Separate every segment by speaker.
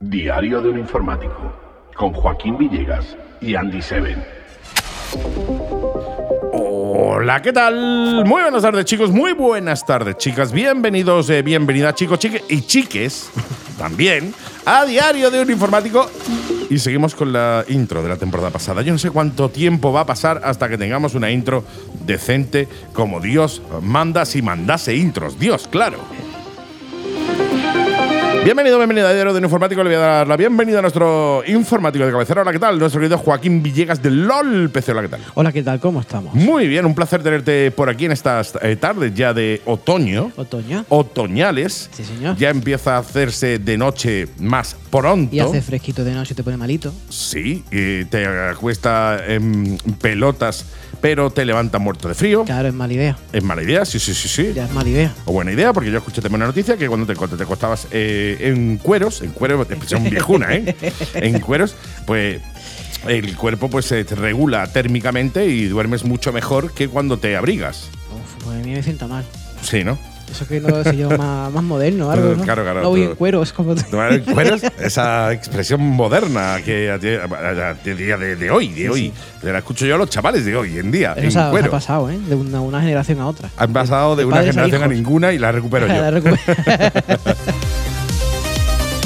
Speaker 1: diario de un informático con Joaquín Villegas y Andy Seven.
Speaker 2: Hola, ¿qué tal? Muy buenas tardes, chicos. Muy buenas tardes, chicas. Bienvenidos, eh, bienvenidas, chicos, chiques y chiques también a Diario de un Informático. Y seguimos con la intro de la temporada pasada. Yo no sé cuánto tiempo va a pasar hasta que tengamos una intro decente como Dios manda si mandase intros. Dios, claro. Bienvenido, bienvenida a Diario de un Informático. Le voy a dar la bienvenida a nuestro informático de cabecera. Hola, ¿qué tal? Nuestro querido Joaquín Villegas de LOL PC. Hola, ¿qué tal?
Speaker 3: Hola, ¿qué tal? ¿Cómo estamos?
Speaker 2: Muy bien, un placer tenerte por aquí en estas eh, tardes ya de otoño.
Speaker 3: Otoño.
Speaker 2: Otoñales.
Speaker 3: Sí, señor.
Speaker 2: Ya empieza a hacerse de noche más pronto.
Speaker 3: Y hace fresquito de noche y te pone malito.
Speaker 2: Sí, y te acuesta en pelotas, pero te levanta muerto de frío.
Speaker 3: Claro, es mala idea.
Speaker 2: Es mala idea, sí, sí, sí, sí.
Speaker 3: Ya es mala idea.
Speaker 2: O buena idea, porque yo escuché también una noticia que cuando te, cuando te acostabas eh, en cueros, en cueros, expresión viejuna, ¿eh? En cueros, pues el cuerpo pues se regula térmicamente y duermes mucho mejor que cuando te abrigas.
Speaker 3: Uf, pues a mí me sienta mal.
Speaker 2: Sí, ¿no?
Speaker 3: Eso que no lo sé yo, más, más moderno, algo, ¿no?
Speaker 2: Claro, claro,
Speaker 3: No voy
Speaker 2: tú-
Speaker 3: en cuero, es como…
Speaker 2: Tomar en cueros, esa expresión moderna que a ti- a- a- de día de, de hoy, de hoy. La escucho yo a los chavales de hoy en día,
Speaker 3: Eso
Speaker 2: en
Speaker 3: se ha, se ha
Speaker 2: cuero.
Speaker 3: pasado, ¿eh? De una, una generación a otra.
Speaker 2: Han pasado de,
Speaker 3: de
Speaker 2: una
Speaker 3: padres a
Speaker 2: generación a,
Speaker 3: hijos.
Speaker 2: ninguna y la recupero yo.
Speaker 3: La recupera-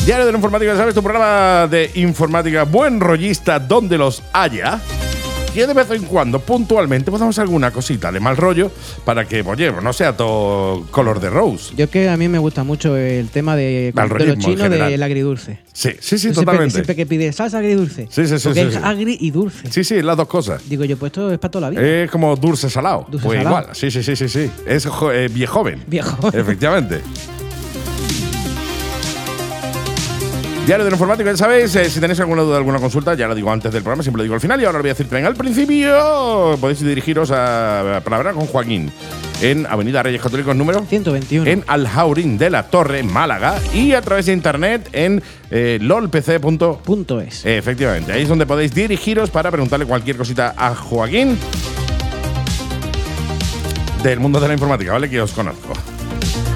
Speaker 2: Diario de la Informática, ¿sabes? Tu programa de informática buen rollista donde los haya. Que de vez en cuando, puntualmente, podamos alguna cosita de mal rollo para que, oye, pues no sea todo color de rose.
Speaker 3: yo que a mí me gusta mucho el tema de,
Speaker 2: Del
Speaker 3: de los
Speaker 2: ritmo en
Speaker 3: chinos
Speaker 2: general.
Speaker 3: del agridulce.
Speaker 2: Sí, sí, sí,
Speaker 3: Yo siempre-
Speaker 2: totalmente.
Speaker 3: Siempre, que pide salsa agridulce.
Speaker 2: Sí, sí, sí,
Speaker 3: Porque
Speaker 2: sí,
Speaker 3: es
Speaker 2: sí.
Speaker 3: agri y dulce.
Speaker 2: Sí, Eh, sí, las dos cosas.
Speaker 3: Digo yo, pues esto es para toda la vida.
Speaker 2: Es como dulce salado.
Speaker 3: Dulce
Speaker 2: pues
Speaker 3: salado.
Speaker 2: igual, sí, sí, sí, sí, sí. Es jo- eh, viejoven.
Speaker 3: Viejo.
Speaker 2: Efectivamente. Diario del informático, ya sabéis, eh, si tenéis alguna duda, alguna consulta, ya lo digo antes del programa, siempre lo digo al final y ahora lo voy a decir también al principio. Podéis dirigiros a, a- para hablar con Joaquín en Avenida Reyes Católicos número
Speaker 3: 121.
Speaker 2: en Aljaurín de la Torre, Málaga, y a través de internet en eh, lolpc.com.
Speaker 3: Punto es.
Speaker 2: Efectivamente, ahí es donde podéis dirigiros para preguntarle cualquier cosita a Joaquín del mundo de la informática, ¿vale? Que os conozco.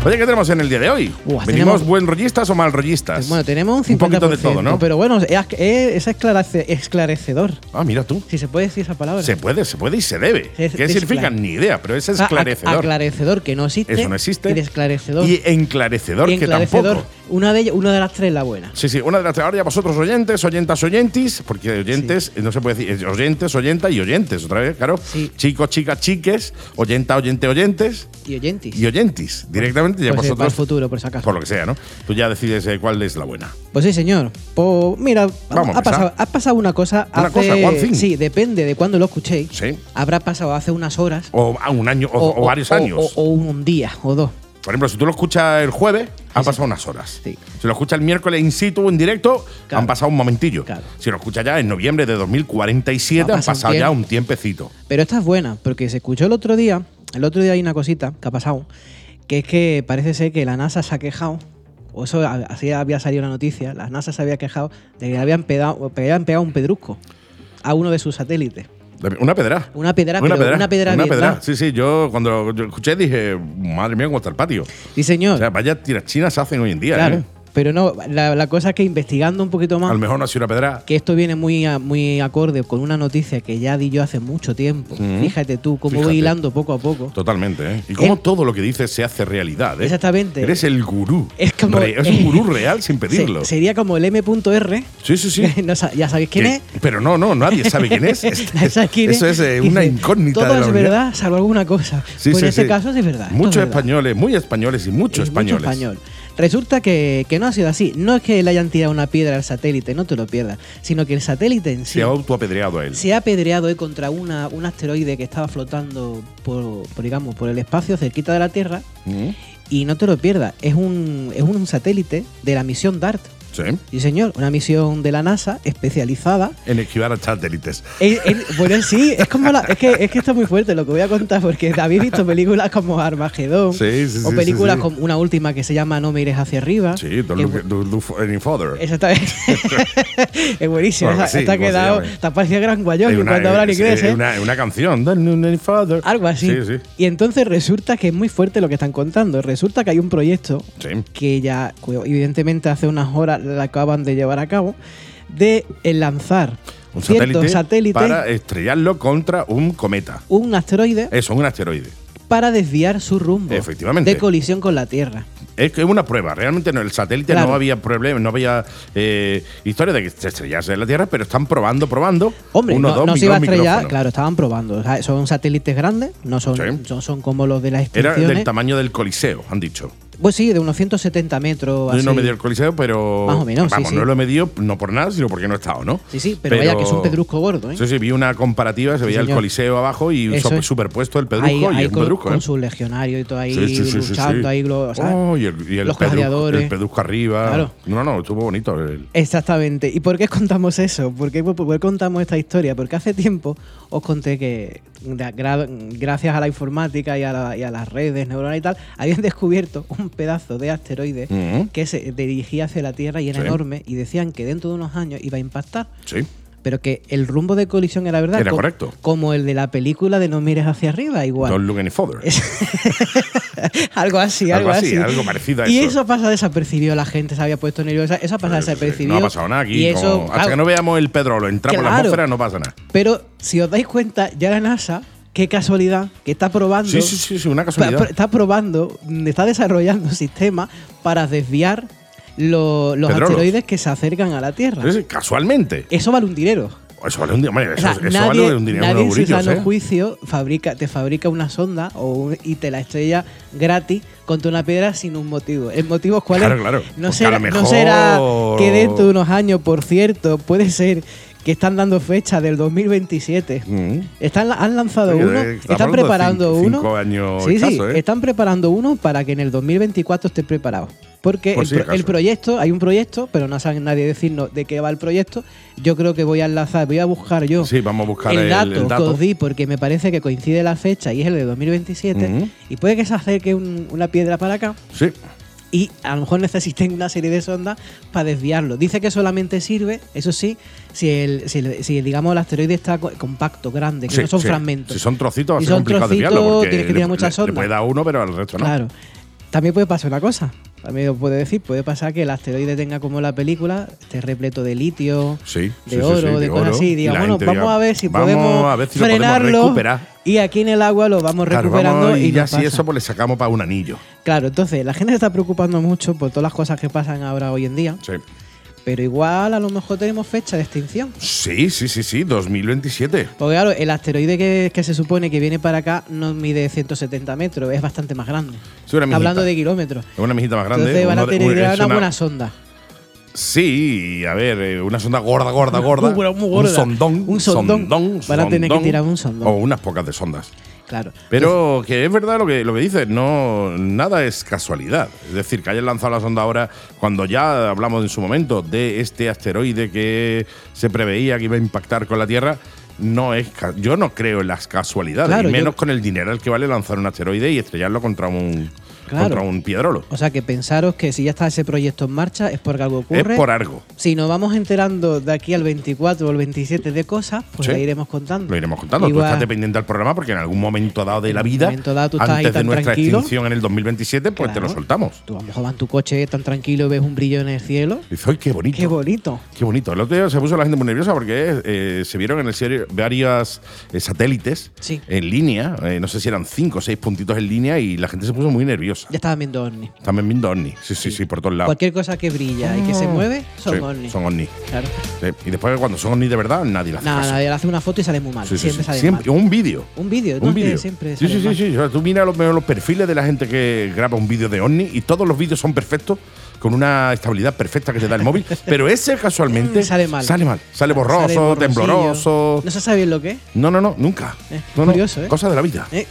Speaker 2: Oye, ¿qué tenemos en el día de hoy? ¿Venimos
Speaker 3: Buah, tenemos-
Speaker 2: buen rollistas o mal rollistas?
Speaker 3: Bueno, tenemos un 50%.
Speaker 2: Un poquito de todo, ¿no?
Speaker 3: Pero bueno, es, es esclarece- esclarecedor.
Speaker 2: Ah, mira tú.
Speaker 3: Si se puede decir esa palabra.
Speaker 2: Se puede, se puede y se debe.
Speaker 3: Es-
Speaker 2: ¿Qué
Speaker 3: es
Speaker 2: significa?
Speaker 3: claro.
Speaker 2: Ni idea, pero es
Speaker 3: Ah, ac-
Speaker 2: esclarecedor.
Speaker 3: aclarecedor, que no existe.
Speaker 2: Eso no existe.
Speaker 3: Y de esclarecedor.
Speaker 2: Y enclarecedor,
Speaker 3: Y
Speaker 2: que
Speaker 3: enclarecedor,
Speaker 2: tampoco.
Speaker 3: Una de, ellas- una de las tres es la buena.
Speaker 2: Sí, sí, una de las ahora ya vosotros oyentes, oyentas, oyentis, porque oyentes no se puede decir eh, oyentes, oyenta y oyentes, otra vez, claro.
Speaker 3: Sí.
Speaker 2: Chicos, chicas, chiques, oyenta, oyente, oyentes
Speaker 3: Y oyentis.
Speaker 2: y oyentis. Directamente ya
Speaker 3: Pues, eh, para el
Speaker 2: vosotros,
Speaker 3: futuro, por si acaso.
Speaker 2: por lo que sea, ¿no? Tú ya decides eh, cuál es la buena.
Speaker 3: Pues sí, señor. Pues mira,
Speaker 2: Vamos a
Speaker 3: ha, pasado,
Speaker 2: empezar.
Speaker 3: ha pasado una cosa.
Speaker 2: Una
Speaker 3: hace-
Speaker 2: cosa, one thing.
Speaker 3: Sí, depende de cuándo lo escuchéis.
Speaker 2: Sí.
Speaker 3: Habrá pasado hace unas horas.
Speaker 2: O a un año, o, o varios
Speaker 3: o-
Speaker 2: años.
Speaker 3: O, o un día, o dos.
Speaker 2: Por ejemplo, si tú lo escuchas el jueves, han pasado unas horas.
Speaker 3: Sí.
Speaker 2: Si lo escuchas el miércoles in situ, en directo,
Speaker 3: Claro.
Speaker 2: han pasado un momentillo.
Speaker 3: Claro.
Speaker 2: Si lo escuchas ya en noviembre de 2047,
Speaker 3: Ha
Speaker 2: han
Speaker 3: pasado un
Speaker 2: pasado ya
Speaker 3: tiempo.
Speaker 2: un tiempecito.
Speaker 3: Pero esta es buena, porque se escuchó el otro día. El otro día hay una cosita que ha pasado, que es que parece ser que la NASA se ha quejado. O eso a- así había salido la noticia. La NASA se había quejado de que le habían pegado, que le habían pegado un pedrusco a uno de sus satélites.
Speaker 2: Una pedra.
Speaker 3: Una pedra,
Speaker 2: Una
Speaker 3: pero
Speaker 2: pedra.
Speaker 3: una pedra bien, ¿verdad?
Speaker 2: Sí, sí, yo cuando lo yo escuché dije, madre mía, cómo está el patio.
Speaker 3: Sí, señor.
Speaker 2: O sea, vaya tirachinas hacen hoy en día,
Speaker 3: claro.
Speaker 2: ¿eh?
Speaker 3: Pero no, la, la cosa es que investigando un poquito
Speaker 2: A
Speaker 3: más,
Speaker 2: lo mejor no ha sido una pedra.
Speaker 3: que esto viene muy, a- muy acorde con una noticia que ya di yo hace mucho tiempo. Fíjate tú cómo
Speaker 2: Fíjate.
Speaker 3: voy hilando poco a poco.
Speaker 2: Totalmente, ¿eh? Y cómo
Speaker 3: El-
Speaker 2: todo lo que dices se hace realidad, ¿eh?
Speaker 3: Exactamente.
Speaker 2: Eres el gurú.
Speaker 3: Es como-
Speaker 2: Re- eres un gurú real sin pedirlo.
Speaker 3: Se- sería como el M.R.
Speaker 2: Sí, sí, sí.
Speaker 3: No sa- ya sabéis quién
Speaker 2: Que-
Speaker 3: es.
Speaker 2: Pero no, no, nadie sabe quién es. Este-
Speaker 3: Ya sabéis quién
Speaker 2: Eso es eh,
Speaker 3: Dice,
Speaker 2: una incógnita
Speaker 3: Todo
Speaker 2: de la
Speaker 3: es
Speaker 2: humanidad.
Speaker 3: verdad, salvo alguna cosa.
Speaker 2: Sí,
Speaker 3: pues
Speaker 2: sí,
Speaker 3: en este
Speaker 2: sí.
Speaker 3: caso sí es verdad. todo
Speaker 2: Muchos
Speaker 3: es verdad.
Speaker 2: españoles, muy españoles y muchos
Speaker 3: Y
Speaker 2: españoles.
Speaker 3: Mucho español. Resulta que, que no ha sido así. No es que le hayan tirado una piedra al satélite, no te lo pierdas, sino que el satélite en sí
Speaker 2: Se ha autoapedreado a él.
Speaker 3: se ha apedreado hoy contra una, un asteroide que estaba flotando por, por, digamos, por el espacio cerquita de la Tierra.
Speaker 2: Mm,
Speaker 3: Y no te lo pierdas, es un, es un satélite de la misión DART.
Speaker 2: Sí.
Speaker 3: Sí, señor, una misión de la NASA especializada.
Speaker 2: En esquivar a satélites.
Speaker 3: en- en- bueno, sí, es como la- es que, es que está muy fuerte lo que voy a contar, porque habéis visto películas como Armagedón
Speaker 2: Sí, sí,
Speaker 3: o
Speaker 2: sí,
Speaker 3: películas
Speaker 2: sí, sí.
Speaker 3: como una última que se llama No mires hacia arriba.
Speaker 2: Sí, don't
Speaker 3: que
Speaker 2: look
Speaker 3: es Ah, bu-
Speaker 2: don't look any further.
Speaker 3: Exactamente. es buenísimo.
Speaker 2: Algo así,
Speaker 3: está- está
Speaker 2: ¿cómo se
Speaker 3: quedado.
Speaker 2: llama?
Speaker 3: Te parece gran
Speaker 2: Es
Speaker 3: guayón
Speaker 2: una-
Speaker 3: cuando hablan
Speaker 2: es-
Speaker 3: inglés,
Speaker 2: es
Speaker 3: ¿eh?
Speaker 2: una, una canción. Don't look any further.
Speaker 3: Algo así.
Speaker 2: Sí, sí.
Speaker 3: Y entonces resulta que es muy fuerte lo que están contando. Resulta que hay un proyecto
Speaker 2: Sí.
Speaker 3: que ya, cu- evidentemente, hace unas horas la acaban de llevar a cabo, de eh, lanzar
Speaker 2: Un
Speaker 3: ciertos
Speaker 2: satélite,
Speaker 3: satélites,
Speaker 2: para estrellarlo contra un cometa.
Speaker 3: un asteroide,
Speaker 2: Eso, un asteroide.
Speaker 3: para desviar su rumbo
Speaker 2: Efectivamente.
Speaker 3: de colisión con la Tierra.
Speaker 2: Es que es una prueba, realmente no, el satélite
Speaker 3: Claro.
Speaker 2: no había problema, no había eh, historia de que se estrellase en la Tierra, pero están probando, probando.
Speaker 3: Hombre,
Speaker 2: Uno,
Speaker 3: no,
Speaker 2: dos,
Speaker 3: no
Speaker 2: mi-
Speaker 3: se iba a
Speaker 2: dos
Speaker 3: estrellar,
Speaker 2: micrófonos.
Speaker 3: claro, estaban probando. O sea, son satélites grandes, no son,
Speaker 2: Sí.
Speaker 3: son, son como los de las
Speaker 2: Era
Speaker 3: extinciones.
Speaker 2: del tamaño del Coliseo, han dicho.
Speaker 3: pues sí, de unos 170 metros.
Speaker 2: Yo
Speaker 3: así.
Speaker 2: no medí el Coliseo, pero.
Speaker 3: Más o menos, sí,
Speaker 2: Vamos,
Speaker 3: sí.
Speaker 2: no lo he medido no por nada, sino porque no he estado, ¿no?
Speaker 3: Sí, sí, pero vaya que es un pedrusco gordo, ¿eh?
Speaker 2: Sí, sí, vi una comparativa, se veía el
Speaker 3: señor.
Speaker 2: Coliseo abajo y
Speaker 3: Eso
Speaker 2: so-
Speaker 3: es.
Speaker 2: superpuesto el pedruco
Speaker 3: Ahí-
Speaker 2: y
Speaker 3: ahí
Speaker 2: un
Speaker 3: con,
Speaker 2: pedruco,
Speaker 3: con
Speaker 2: ¿eh?
Speaker 3: su legionario y todo ahí
Speaker 2: Sí, sí, sí, sí,
Speaker 3: luchando
Speaker 2: sí.
Speaker 3: ahí glo- ¿sabes?
Speaker 2: Oh, y el, y el
Speaker 3: los
Speaker 2: pedruco-
Speaker 3: gladiadores.
Speaker 2: el pedruco arriba.
Speaker 3: Claro.
Speaker 2: No, no, estuvo bonito. el-
Speaker 3: Exactamente. ¿Y por qué contamos eso? ¿Por qué, por qué contamos esta historia? Porque hace tiempo os conté que gra- gra- gracias a la informática y a, la- y a las redes neuronales y tal, habían descubierto un pedazo de asteroide
Speaker 2: Ujú.
Speaker 3: que se dirigía hacia la Tierra y era
Speaker 2: Mm. Sí.
Speaker 3: enorme y decían que dentro de unos años iba a impactar.
Speaker 2: Sí.
Speaker 3: Pero que el rumbo de colisión era verdad.
Speaker 2: Era
Speaker 3: co-
Speaker 2: correcto.
Speaker 3: Como el de la película de No mires hacia arriba, igual.
Speaker 2: Don't look any further.
Speaker 3: algo así, algo,
Speaker 2: Algo así, algo parecido a
Speaker 3: Y
Speaker 2: eso.
Speaker 3: eso pasa desapercibido, la gente se había puesto nerviosa, eso pasa
Speaker 2: Eh, Sí, sí, sí.
Speaker 3: desapercibido.
Speaker 2: No ha pasado nada aquí.
Speaker 3: Y eso,
Speaker 2: como-
Speaker 3: claro,
Speaker 2: hasta que no veamos el pedrolo, entramos en la
Speaker 3: Claro.
Speaker 2: atmósfera, no pasa nada.
Speaker 3: Pero si os dais cuenta, ya la NASA, qué casualidad, que está probando.
Speaker 2: Sí, sí, sí, sí, una casualidad.
Speaker 3: pa- pa- Está probando, mm, está desarrollando un sistema para desviar lo- los
Speaker 2: Pedrolos.
Speaker 3: asteroides que se acercan a la Tierra.
Speaker 2: Sí, sí, Casualmente.
Speaker 3: Eso vale un dinero.
Speaker 2: Eso vale un dinero. hombre,
Speaker 3: O
Speaker 2: eso,
Speaker 3: sea,
Speaker 2: eso
Speaker 3: nadie,
Speaker 2: vale un dinero.
Speaker 3: nadie
Speaker 2: unos
Speaker 3: en su
Speaker 2: eurillos,
Speaker 3: sano
Speaker 2: ¿eh?
Speaker 3: juicio fabrica, te fabrica una sonda o un- y te la estrella gratis contra una piedra sin un motivo. ¿El motivo cuál
Speaker 2: Claro,
Speaker 3: es?
Speaker 2: claro.
Speaker 3: No,
Speaker 2: Porque a
Speaker 3: será,
Speaker 2: lo
Speaker 3: no será
Speaker 2: mejor-
Speaker 3: que dentro de unos años, por cierto, puede ser que están dando fecha del 2027.
Speaker 2: Mm.
Speaker 3: Están, han lanzado
Speaker 2: Sí, eh,
Speaker 3: uno,
Speaker 2: estamos
Speaker 3: están
Speaker 2: hablando de
Speaker 3: preparando
Speaker 2: cinco-
Speaker 3: uno.
Speaker 2: cinco años
Speaker 3: sí, sí,
Speaker 2: escaso, ¿eh?
Speaker 3: están preparando uno para que en el 2024 esté preparado. Porque
Speaker 2: Por
Speaker 3: el,
Speaker 2: si
Speaker 3: pro-
Speaker 2: acaso.
Speaker 3: el proyecto, hay un proyecto, pero no sabe nadie decirnos de qué va el proyecto. Yo creo que voy a enlazar, voy a buscar yo
Speaker 2: Sí, vamos a buscar el,
Speaker 3: el dato,
Speaker 2: el
Speaker 3: que
Speaker 2: dato.
Speaker 3: os di porque me parece que coincide la fecha y es el de 2027.
Speaker 2: Ujú.
Speaker 3: Y puede que se acerque un- una piedra para acá
Speaker 2: Sí.
Speaker 3: y a lo mejor necesiten una serie de sondas para desviarlo. Dice que solamente sirve, eso sí, si el, si el- si, digamos el asteroide está co- compacto, grande, que
Speaker 2: sí,
Speaker 3: no son
Speaker 2: sí.
Speaker 3: fragmentos.
Speaker 2: Si son trocitos, va a
Speaker 3: Y
Speaker 2: ser
Speaker 3: son
Speaker 2: complicado
Speaker 3: trocitos,
Speaker 2: desviarlo. Porque
Speaker 3: tienes que
Speaker 2: le-
Speaker 3: tirar muchas
Speaker 2: le- Le
Speaker 3: sondas.
Speaker 2: puede dar uno, pero al resto no.
Speaker 3: Claro. También puede pasar una cosa. También os puede decir, puede pasar que el asteroide tenga como la película, esté repleto de litio,
Speaker 2: Sí, sí, sí,
Speaker 3: de oro,
Speaker 2: sí,
Speaker 3: de,
Speaker 2: de
Speaker 3: cosas
Speaker 2: oro.
Speaker 3: así.
Speaker 2: Y
Speaker 3: Digamos,
Speaker 2: la
Speaker 3: bueno,
Speaker 2: gente
Speaker 3: vamos
Speaker 2: diga,
Speaker 3: a ver si
Speaker 2: vamos
Speaker 3: podemos
Speaker 2: a ver si lo podemos
Speaker 3: frenarlo.
Speaker 2: recuperar.
Speaker 3: Y aquí en el agua lo vamos
Speaker 2: Claro,
Speaker 3: recuperando
Speaker 2: vamos,
Speaker 3: y,
Speaker 2: y ya
Speaker 3: nos
Speaker 2: si
Speaker 3: pasa.
Speaker 2: eso pues le sacamos para un anillo.
Speaker 3: Claro, entonces la gente se está preocupando mucho por todas las cosas que pasan ahora hoy en día,
Speaker 2: Sí.
Speaker 3: pero igual a lo mejor tenemos fecha de extinción.
Speaker 2: Sí, sí, sí, sí, 2027.
Speaker 3: Porque claro, el asteroide que, que se supone que viene para acá no mide 170 metros, es bastante más grande.
Speaker 2: Sí, una mijita.
Speaker 3: Hablando de kilómetros.
Speaker 2: Es una mijita más grande.
Speaker 3: Entonces van a
Speaker 2: uno de-
Speaker 3: tener que
Speaker 2: un-
Speaker 3: llevar
Speaker 2: es
Speaker 3: una buena sonda.
Speaker 2: Sí, y a ver, eh, una sonda gorda, gorda, gorda.
Speaker 3: Muy gorda, muy gorda.
Speaker 2: Un sondón.
Speaker 3: Un sondón. Van a tener que tirar un sondón.
Speaker 2: O unas pocas de sondas.
Speaker 3: Claro.
Speaker 2: Pero que es verdad lo que, lo que dices, no, nada es casualidad. Es decir, que hayan lanzado la sonda ahora, cuando ya hablamos en su momento de este asteroide que se preveía que iba a impactar con la Tierra, no es ca- yo no creo en las casualidades,
Speaker 3: Claro,
Speaker 2: y menos
Speaker 3: yo-
Speaker 2: con el dinero al que vale lanzar un asteroide y estrellarlo contra un,
Speaker 3: Claro.
Speaker 2: contra un piedrolo.
Speaker 3: O sea que pensaros que si ya está ese proyecto en marcha es porque algo ocurre.
Speaker 2: Es por algo.
Speaker 3: Si nos vamos enterando de aquí al 24 o el 27 de cosas, pues
Speaker 2: Sí.
Speaker 3: la iremos contando.
Speaker 2: Lo iremos contando. Tú
Speaker 3: Igual-
Speaker 2: estás dependiente al programa porque en algún momento dado de la vida,
Speaker 3: momento dado tú estás ahí
Speaker 2: antes de
Speaker 3: tan
Speaker 2: nuestra
Speaker 3: tranquilo.
Speaker 2: extinción en el 2027, pues te lo
Speaker 3: Claro.
Speaker 2: soltamos.
Speaker 3: Tú a lo mejor vas en tu coche tan tranquilo y ves un brillo en el cielo.
Speaker 2: Dices, ¡ay, qué bonito!
Speaker 3: Qué bonito.
Speaker 2: Qué bonito. El otro día se puso la gente muy nerviosa porque eh, se vieron en el cielo varios satélites
Speaker 3: Sí.
Speaker 2: en línea. eh, no sé si eran cinco o seis puntitos en línea y la gente se puso muy nerviosa.
Speaker 3: Ya estaban viendo ovnis.
Speaker 2: También viendo ovnis. Sí, sí, sí, por todos lados.
Speaker 3: Cualquier cosa que brilla y que se mueve son
Speaker 2: Sí,
Speaker 3: ovnis.
Speaker 2: Son ovnis.
Speaker 3: Claro.
Speaker 2: Sí. Y después cuando son ovnis de verdad, nadie las hace.
Speaker 3: Nada,
Speaker 2: caso.
Speaker 3: nadie le hace una foto y sale muy mal.
Speaker 2: Sí, sí,
Speaker 3: siempre
Speaker 2: sí.
Speaker 3: sale
Speaker 2: Siempre-
Speaker 3: mal.
Speaker 2: Un vídeo.
Speaker 3: Un vídeo, ¿no?
Speaker 2: Un
Speaker 3: Que
Speaker 2: vídeo.
Speaker 3: Siempre
Speaker 2: Sí,
Speaker 3: sale
Speaker 2: sí, sí,
Speaker 3: mal.
Speaker 2: sí. O sea, tú miras los, los perfiles de la gente que graba un vídeo de OVNI y todos los vídeos son perfectos, con una estabilidad perfecta que te da el móvil, pero ese casualmente
Speaker 3: Mm, sale mal.
Speaker 2: Sale mal. Sale
Speaker 3: Claro,
Speaker 2: borroso,
Speaker 3: borrosillo.
Speaker 2: tembloroso.
Speaker 3: No se sabe bien lo que es.
Speaker 2: No, no, no, nunca.
Speaker 3: Eh,
Speaker 2: no, no.
Speaker 3: curioso, ¿eh?
Speaker 2: Cosa de la vida.
Speaker 3: ¿eh?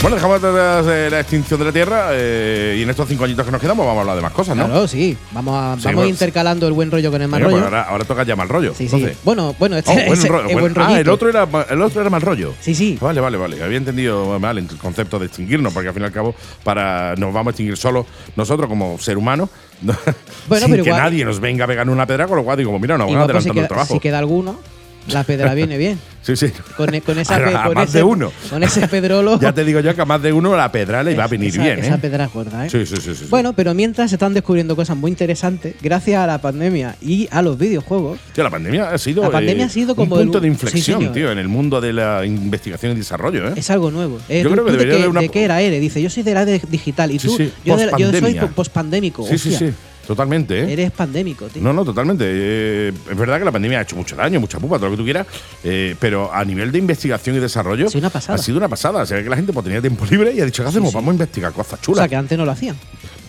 Speaker 2: Bueno, dejamos atrás eh, la extinción de la Tierra eh, y en estos cinco añitos que nos quedamos vamos a hablar de más cosas, ¿no?
Speaker 3: Claro, sí. Vamos, a,
Speaker 2: Sí,
Speaker 3: vamos
Speaker 2: bueno,
Speaker 3: intercalando el buen rollo con el mal
Speaker 2: Venga, pues
Speaker 3: rollo.
Speaker 2: ahora, ahora toca ya mal rollo.
Speaker 3: Sí, sí.
Speaker 2: Entonces,
Speaker 3: Bueno, bueno, este
Speaker 2: Oh, buen
Speaker 3: ese
Speaker 2: rollo,
Speaker 3: es
Speaker 2: buen-
Speaker 3: buen
Speaker 2: ah, el
Speaker 3: rollito.
Speaker 2: otro, era, ma- el otro era mal rollo.
Speaker 3: Sí, sí.
Speaker 2: Vale, vale, vale. Había entendido mal el concepto de extinguirnos, porque al fin y al cabo para, nos vamos a extinguir solo nosotros como ser humano,
Speaker 3: Bueno,
Speaker 2: sin
Speaker 3: pero
Speaker 2: que
Speaker 3: igual-
Speaker 2: nadie nos venga a pegar una pedra, con lo cual digo, mira, nos van
Speaker 3: Igual, pues, si,
Speaker 2: adelantando el
Speaker 3: queda,
Speaker 2: trabajo.
Speaker 3: si queda alguno, La pedra viene bien.
Speaker 2: Sí, sí.
Speaker 3: Con, e- con esa
Speaker 2: Ahora,
Speaker 3: pe-
Speaker 2: a
Speaker 3: con
Speaker 2: más
Speaker 3: ese,
Speaker 2: de uno.
Speaker 3: Con ese pedrolo.
Speaker 2: Ya te digo yo que a más de uno la pedra le iba a
Speaker 3: esa-
Speaker 2: venir
Speaker 3: esa-
Speaker 2: bien,
Speaker 3: Esa
Speaker 2: ¿eh?
Speaker 3: pedra gorda, ¿eh?
Speaker 2: Sí, sí, sí, sí, sí.
Speaker 3: Bueno, pero mientras se están descubriendo cosas muy interesantes, gracias a la pandemia y a los videojuegos,
Speaker 2: Tío, la pandemia ha sido, eh,
Speaker 3: La pandemia ha sido como
Speaker 2: un
Speaker 3: el-
Speaker 2: punto de
Speaker 3: sí,
Speaker 2: inflexión,
Speaker 3: señor.
Speaker 2: tío, en el mundo de la investigación y desarrollo, ¿eh?
Speaker 3: es algo nuevo. Eh,
Speaker 2: Yo
Speaker 3: ¿tú-
Speaker 2: creo que
Speaker 3: tú
Speaker 2: debería
Speaker 3: de, qué,
Speaker 2: haber una-
Speaker 3: de qué era eres? Dice, yo soy de la de digital y
Speaker 2: Sí,
Speaker 3: tú,
Speaker 2: sí,
Speaker 3: yo, de la- yo soy
Speaker 2: postpandemia.
Speaker 3: po- postpandémico.
Speaker 2: Sí, sí,
Speaker 3: hostia.
Speaker 2: sí. Totalmente, ¿eh?
Speaker 3: Eres pandémico, tío.
Speaker 2: No, no, totalmente. Eh, es verdad que la pandemia ha hecho mucho daño, mucha pupa, todo lo que tú quieras, eh, pero a nivel de investigación y desarrollo
Speaker 3: Ha sido una pasada.
Speaker 2: ha sido una pasada. Se ve que la gente pues, tenía tiempo libre y ha dicho, ¿qué hacemos?
Speaker 3: sí.
Speaker 2: Vamos a investigar cosas
Speaker 3: o
Speaker 2: chulas.
Speaker 3: sea, que antes no lo hacían.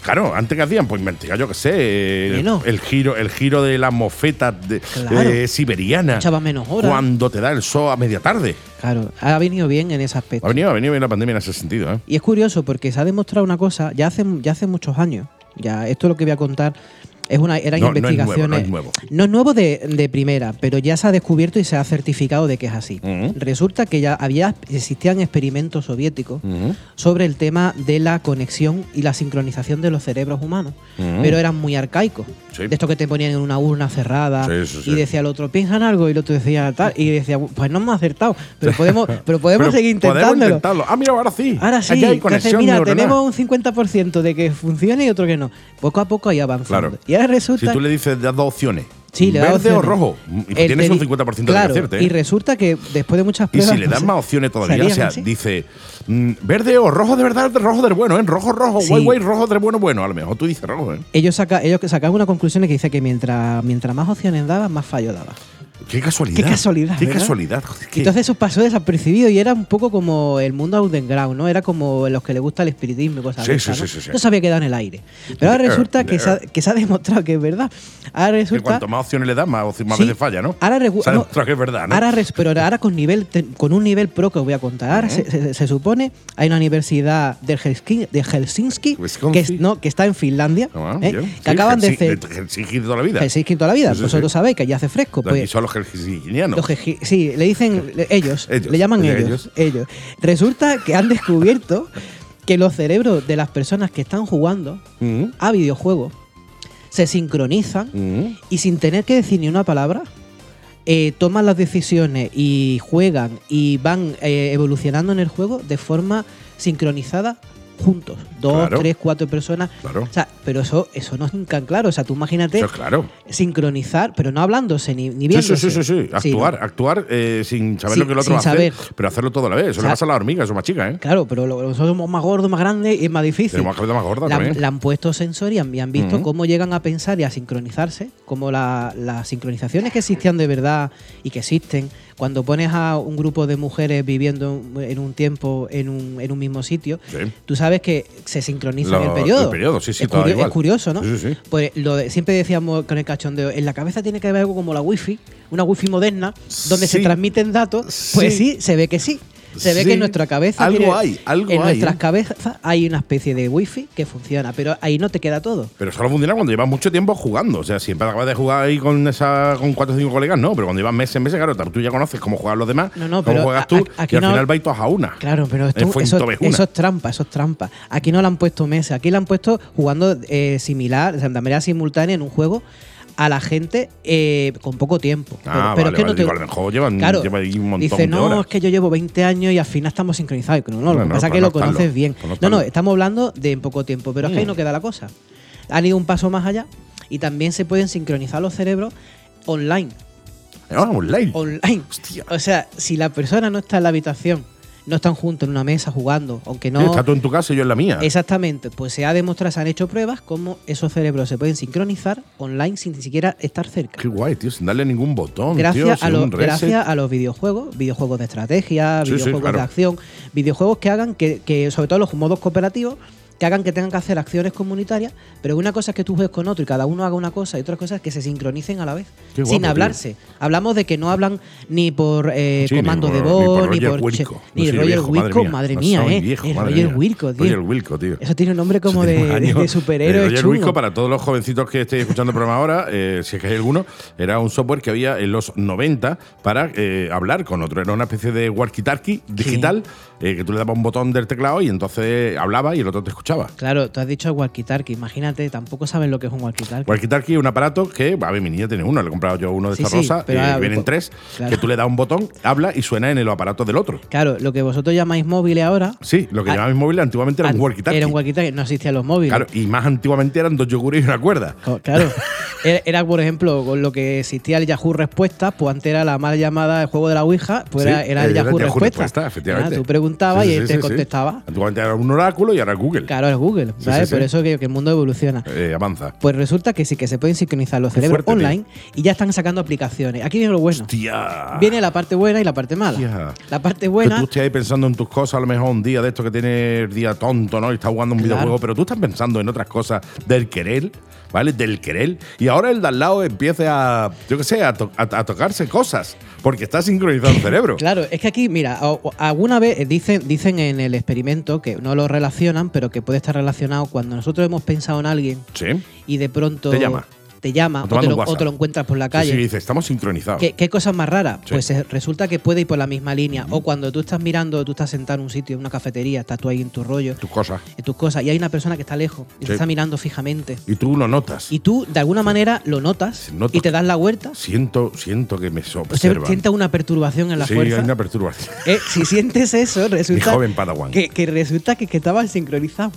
Speaker 2: Claro, antes que hacían, pues investigar, yo qué sé, el,
Speaker 3: Menos.
Speaker 2: el giro, el giro de las mofetas de-
Speaker 3: Claro.
Speaker 2: eh, siberiana.
Speaker 3: Echabas menos horas.
Speaker 2: Cuando te da el sol a media tarde.
Speaker 3: Claro, ha venido bien en ese
Speaker 2: Ha
Speaker 3: aspecto.
Speaker 2: venido, ha venido bien la pandemia en ese sentido, ¿eh?
Speaker 3: Y es curioso porque se ha demostrado una cosa ya hace, ya hace muchos años. Ya esto lo que voy a contar es una eran
Speaker 2: No, no es nuevo,
Speaker 3: investigaciones.
Speaker 2: no es nuevo.
Speaker 3: No es nuevo de, de primera, pero ya se ha descubierto y se ha certificado de que es así.
Speaker 2: Ujú.
Speaker 3: Resulta que ya había existían experimentos soviéticos
Speaker 2: Ujú.
Speaker 3: sobre el tema de la conexión y la sincronización de los cerebros humanos,
Speaker 2: Ujú.
Speaker 3: pero eran muy arcaicos.
Speaker 2: Mm. Sí.
Speaker 3: De esto que te ponían en una urna cerrada
Speaker 2: Sí, sí, sí.
Speaker 3: y decía el otro, piensa en algo y el otro decía tal y decía, pues no hemos acertado, pero podemos pero podemos
Speaker 2: Pero
Speaker 3: seguir intentándolo.
Speaker 2: Podemos intentarlo. Ah, mira, ahora sí.
Speaker 3: Ahora sí,
Speaker 2: Aquí hay
Speaker 3: que
Speaker 2: conexión
Speaker 3: hace, mira,
Speaker 2: neuronal.
Speaker 3: tenemos un 50% de que funcione y otro que no. Poco a poco ahí avanzando.
Speaker 2: Claro.
Speaker 3: Y ahora resulta.
Speaker 2: Si tú le dices, das dos opciones.
Speaker 3: Sí, le da
Speaker 2: verde o
Speaker 3: opciones.
Speaker 2: rojo. Y
Speaker 3: El
Speaker 2: tienes
Speaker 3: de-
Speaker 2: un 50%
Speaker 3: claro,
Speaker 2: de acierto,
Speaker 3: Y
Speaker 2: ¿eh?
Speaker 3: resulta que después de muchas
Speaker 2: Y
Speaker 3: pruebas.
Speaker 2: si le das
Speaker 3: pues,
Speaker 2: más opciones todavía, o
Speaker 3: salían
Speaker 2: sea,
Speaker 3: así.
Speaker 2: dice mm, verde o rojo de verdad, rojo del bueno, ¿eh? Rojo, rojo,
Speaker 3: Sí.
Speaker 2: guay, guay, rojo del bueno, bueno. A lo mejor tú dices rojo, ¿eh?
Speaker 3: Ellos, saca, ellos sacaban una conclusión que dice que mientras, mientras más opciones dabas, más fallo dabas.
Speaker 2: Qué casualidad.
Speaker 3: Qué casualidad,
Speaker 2: Qué
Speaker 3: ¿verdad?
Speaker 2: casualidad. joder, qué-
Speaker 3: Entonces eso pasó desapercibido y era un poco como el mundo underground, ¿no? Era como los que le gusta el espiritismo y cosas
Speaker 2: Sí,
Speaker 3: de
Speaker 2: sí,
Speaker 3: esas, ¿no?
Speaker 2: sí, sí, sí.
Speaker 3: No se había quedado en el aire. Pero ahora
Speaker 2: The
Speaker 3: resulta
Speaker 2: earth,
Speaker 3: que
Speaker 2: the
Speaker 3: se, ha,
Speaker 2: earth.
Speaker 3: que se ha demostrado que es verdad. Ahora
Speaker 2: que
Speaker 3: resulta
Speaker 2: cuanto más opciones le das, más, opci- más
Speaker 3: Sí.
Speaker 2: veces falla, ¿no?
Speaker 3: Ahora regu-
Speaker 2: Se ha
Speaker 3: no.
Speaker 2: demostrado que es verdad, ¿no?
Speaker 3: Ahora res- pero ahora con nivel te- con un nivel pro que os voy a contar. Ahora se, se- se supone hay una universidad de Helsinki, de Helsinki
Speaker 2: Wisconsin.
Speaker 3: que, es- no, que está en Finlandia,
Speaker 2: Ah,
Speaker 3: ¿eh?
Speaker 2: bien.
Speaker 3: que
Speaker 2: Sí,
Speaker 3: acaban de
Speaker 2: Helsinki-
Speaker 3: hacer
Speaker 2: Helsinki de toda la vida.
Speaker 3: Helsinki toda la vida.
Speaker 2: Sí, sí,
Speaker 3: Vosotros
Speaker 2: sí.
Speaker 3: sabéis que ya hace fresco.
Speaker 2: Aquí
Speaker 3: Pues,
Speaker 2: son los helsinquianos.
Speaker 3: los jeji- sí, le dicen le- ellos,
Speaker 2: Ellos,
Speaker 3: le llaman
Speaker 2: ellos,
Speaker 3: ellos, ellos, Resulta que han descubierto que los cerebros de las personas que están jugando
Speaker 2: Mm,
Speaker 3: a videojuegos se sincronizan
Speaker 2: mm.
Speaker 3: y sin tener que decir ni una palabra, eh, toman las decisiones y juegan y van eh, evolucionando en el juego de forma sincronizada juntos. Dos,
Speaker 2: Claro.
Speaker 3: tres, cuatro personas.
Speaker 2: Claro.
Speaker 3: O sea, pero eso, eso no es tan claro. O sea, tú imagínate
Speaker 2: Eso es claro.
Speaker 3: sincronizar, pero no hablándose ni, ni
Speaker 2: Sí, sí,
Speaker 3: viéndose.
Speaker 2: sí, sí, sí. Actuar,
Speaker 3: ¿no?
Speaker 2: actuar eh, sin saber
Speaker 3: Sí,
Speaker 2: lo que el otro
Speaker 3: sin
Speaker 2: hace,
Speaker 3: saber.
Speaker 2: pero hacerlo todo a la vez. Eso le
Speaker 3: O sea,
Speaker 2: pasa a las hormigas, son más chicas, ¿eh?
Speaker 3: Claro, pero lo- nosotros somos más gordos, más grandes y es más difícil.
Speaker 2: Tenemos la cabeza más gorda
Speaker 3: La,
Speaker 2: también.
Speaker 3: la han puesto sensor y han, y han visto
Speaker 2: Ujú.
Speaker 3: cómo llegan a pensar y a sincronizarse, como la- las sincronizaciones que existían de verdad y que existen. Cuando pones a un grupo de mujeres viviendo en un tiempo en un, en un mismo sitio,
Speaker 2: Sí.
Speaker 3: tú sabes que se sincroniza en
Speaker 2: Lo-
Speaker 3: el periodo.
Speaker 2: el periodo, sí, sí,
Speaker 3: es,
Speaker 2: todo
Speaker 3: curio-
Speaker 2: igual.
Speaker 3: es curioso, ¿no?
Speaker 2: Sí, sí, sí.
Speaker 3: Pues lo de- siempre decíamos con el cachondeo, en la cabeza tiene que haber algo como la wifi, una wifi moderna, donde se
Speaker 2: Sí.
Speaker 3: transmiten datos. Pues
Speaker 2: Sí.
Speaker 3: sí, se ve que sí. Se ve
Speaker 2: Sí.
Speaker 3: que en nuestra cabeza.
Speaker 2: Algo hay, algo
Speaker 3: En
Speaker 2: hay,
Speaker 3: nuestras
Speaker 2: ¿eh?
Speaker 3: cabezas hay una especie de wifi que funciona, pero ahí no te queda todo.
Speaker 2: Pero solo funciona cuando llevas mucho tiempo jugando. O sea, siempre acabas de jugar ahí con esa con cuatro o cinco colegas, no. Pero cuando llevas meses, meses, claro, tú ya conoces cómo juegan los demás,
Speaker 3: No, no,
Speaker 2: cómo
Speaker 3: pero
Speaker 2: juegas
Speaker 3: a-
Speaker 2: tú,
Speaker 3: a- aquí
Speaker 2: y al
Speaker 3: no-
Speaker 2: final vais todos a una.
Speaker 3: Claro, pero
Speaker 2: Eh,
Speaker 3: esto,
Speaker 2: fue en
Speaker 3: eso,
Speaker 2: Tobejuna.
Speaker 3: eso es trampa, eso es trampa. Aquí no lo han puesto meses, aquí lo han puesto jugando eh, similar, o sea, de manera simultánea en un juego a la gente eh, con poco tiempo.
Speaker 2: Ah, vale, vale. Digo, a lo mejor llevan-
Speaker 3: claro,
Speaker 2: lleva ahí un montón
Speaker 3: dice,
Speaker 2: de
Speaker 3: no,
Speaker 2: horas".
Speaker 3: es que yo llevo 20 años y al final estamos sincronizados. No, no,
Speaker 2: No,
Speaker 3: lo que
Speaker 2: no,
Speaker 3: pasa es
Speaker 2: pues
Speaker 3: que
Speaker 2: no
Speaker 3: lo conoces
Speaker 2: estarlo,
Speaker 3: bien.
Speaker 2: pues no Mm.
Speaker 3: No, no,
Speaker 2: estarlo.
Speaker 3: estamos hablando de en poco tiempo, pero es que ahí no queda la cosa. Han ido un paso más allá y también se pueden sincronizar los cerebros online
Speaker 2: Ah, online.
Speaker 3: online.
Speaker 2: Hostia.
Speaker 3: O sea, si la persona no está en la habitación, no están juntos en una mesa jugando, aunque no.
Speaker 2: Sí, Está tú en tu casa y yo en la mía.
Speaker 3: Exactamente, pues se ha demostrado, se han hecho pruebas cómo esos cerebros se pueden sincronizar online sin ni siquiera estar cerca.
Speaker 2: Qué guay, tío, sin darle ningún botón. tío,
Speaker 3: Gracias,
Speaker 2: sin
Speaker 3: a
Speaker 2: un
Speaker 3: los,
Speaker 2: reset.
Speaker 3: gracias a los videojuegos, videojuegos de estrategia,
Speaker 2: Sí, sí,
Speaker 3: videojuegos
Speaker 2: claro.
Speaker 3: de acción, videojuegos que hagan que, que, sobre todo los modos cooperativos, que hagan que tengan que hacer acciones comunitarias, pero una cosa es que tú juegues con otro y cada uno haga una cosa y otra cosa es que se sincronicen a la vez,
Speaker 2: Qué guapo,
Speaker 3: sin
Speaker 2: tío.
Speaker 3: hablarse. Hablamos de que no hablan ni por eh,
Speaker 2: Sí, ni
Speaker 3: comando
Speaker 2: por-
Speaker 3: de voz,
Speaker 2: ni
Speaker 3: ni
Speaker 2: por Roger
Speaker 3: por, che-
Speaker 2: Wilco.
Speaker 3: ni
Speaker 2: Yo soy
Speaker 3: Roger
Speaker 2: viejo, madre
Speaker 3: Wilco,
Speaker 2: mía.
Speaker 3: madre
Speaker 2: No
Speaker 3: mía,
Speaker 2: soy
Speaker 3: eh.
Speaker 2: viejo,
Speaker 3: El
Speaker 2: madre
Speaker 3: Roger
Speaker 2: mía.
Speaker 3: Wilco, tío.
Speaker 2: Roger Wilco, tío.
Speaker 3: Eso tiene un nombre como
Speaker 2: Tiene
Speaker 3: de,
Speaker 2: unos años.
Speaker 3: de superhéroe.
Speaker 2: El Roger
Speaker 3: chungo.
Speaker 2: Wilco, para todos los jovencitos que estéis escuchando el programa ahora, eh, si es que hay alguno, era un software que había en los 90 para eh, hablar con otro. Era una especie de walkie-talkie digital eh, que tú le dabas un botón del teclado y entonces hablaba y el otro te escuchaba.
Speaker 3: Claro, tú has dicho walkie-talkie. Imagínate, tampoco saben lo que es un walkie-talkie.
Speaker 2: Walkie-talkie es un aparato que, a ver, mi niña tiene uno, le he comprado yo uno de
Speaker 3: Sí,
Speaker 2: esta
Speaker 3: sí,
Speaker 2: rosa,
Speaker 3: pero
Speaker 2: eh,
Speaker 3: ahora-
Speaker 2: vienen tres,
Speaker 3: claro.
Speaker 2: que tú le das un botón, habla y suena en el aparato del otro.
Speaker 3: Claro, lo que vosotros llamáis móviles ahora.
Speaker 2: Sí, lo que
Speaker 3: Ah,
Speaker 2: llamaba mi móvil antiguamente era un
Speaker 3: an-
Speaker 2: walkie-talkie.
Speaker 3: Era un walkie-talkie, no existían los móviles.
Speaker 2: Claro, y más antiguamente eran dos yogures y una cuerda.
Speaker 3: Co- Claro. Era, era, por ejemplo, con lo que existía el Yahoo Respuestas, pues antes era la mal llamada el juego de la Ouija, pues
Speaker 2: Sí,
Speaker 3: era, era el
Speaker 2: era
Speaker 3: Yahoo, Respuestas.
Speaker 2: Respuesta, efectivamente.
Speaker 3: Ah, Tú preguntabas
Speaker 2: Sí,
Speaker 3: y
Speaker 2: sí,
Speaker 3: él
Speaker 2: sí,
Speaker 3: te
Speaker 2: sí.
Speaker 3: contestaba.
Speaker 2: Antiguamente era un oráculo y ahora Google.
Speaker 3: Claro, es Google,
Speaker 2: Sí,
Speaker 3: ¿sabes?
Speaker 2: sí, sí.
Speaker 3: Por eso que, que el mundo evoluciona.
Speaker 2: Eh, avanza.
Speaker 3: Pues resulta que sí, que se pueden sincronizar los
Speaker 2: Qué
Speaker 3: cerebros
Speaker 2: fuerte,
Speaker 3: online y ya están sacando aplicaciones. Aquí viene lo bueno.
Speaker 2: Tía.
Speaker 3: Viene la parte buena y la parte mala.
Speaker 2: Hostia.
Speaker 3: La parte
Speaker 2: Que tú
Speaker 3: buena,
Speaker 2: estés ahí pensando en tus cosas, a lo mejor un día de esto que tienes el día tonto, ¿no? Y estás jugando un
Speaker 3: Claro.
Speaker 2: videojuego, pero tú estás pensando en otras cosas del querer, ¿vale? Del querer. Y ahora el de al lado empieza a, yo qué sé, a, to- a- a tocarse cosas, porque está sincronizado el cerebro.
Speaker 3: claro, es que aquí, mira, o- o- alguna vez eh, dicen, dicen en el experimento que no lo relacionan, pero que puede estar relacionado cuando nosotros hemos pensado en alguien
Speaker 2: Sí.
Speaker 3: y de pronto
Speaker 2: Te llama.
Speaker 3: te llama,
Speaker 2: O
Speaker 3: o
Speaker 2: te
Speaker 3: te,
Speaker 2: manda
Speaker 3: lo,
Speaker 2: un WhatsApp.
Speaker 3: o te lo encuentras por la
Speaker 2: Sí, sí,
Speaker 3: calle.
Speaker 2: dice, estamos sincronizados.
Speaker 3: ¿Qué, qué cosas más raras?
Speaker 2: Sí.
Speaker 3: Pues eh, resulta que puede ir por la misma línea. O cuando tú estás mirando, tú estás sentado en un sitio, en una cafetería, estás tú ahí en tu rollo,
Speaker 2: Tus cosas.
Speaker 3: en tus cosas, y hay una persona que está lejos y
Speaker 2: Sí.
Speaker 3: te está mirando fijamente.
Speaker 2: Y tú lo notas.
Speaker 3: Y tú, de alguna manera, lo notas
Speaker 2: Sí, noto
Speaker 3: y te das la vuelta.
Speaker 2: Siento, siento que me
Speaker 3: Pues se
Speaker 2: observan.
Speaker 3: sienta una perturbación en la
Speaker 2: sí,
Speaker 3: fuerza.
Speaker 2: hay una perturbación.
Speaker 3: Eh, si sientes eso, resulta,
Speaker 2: joven Padawan.
Speaker 3: Que, que resulta que, que estaban sincronizados.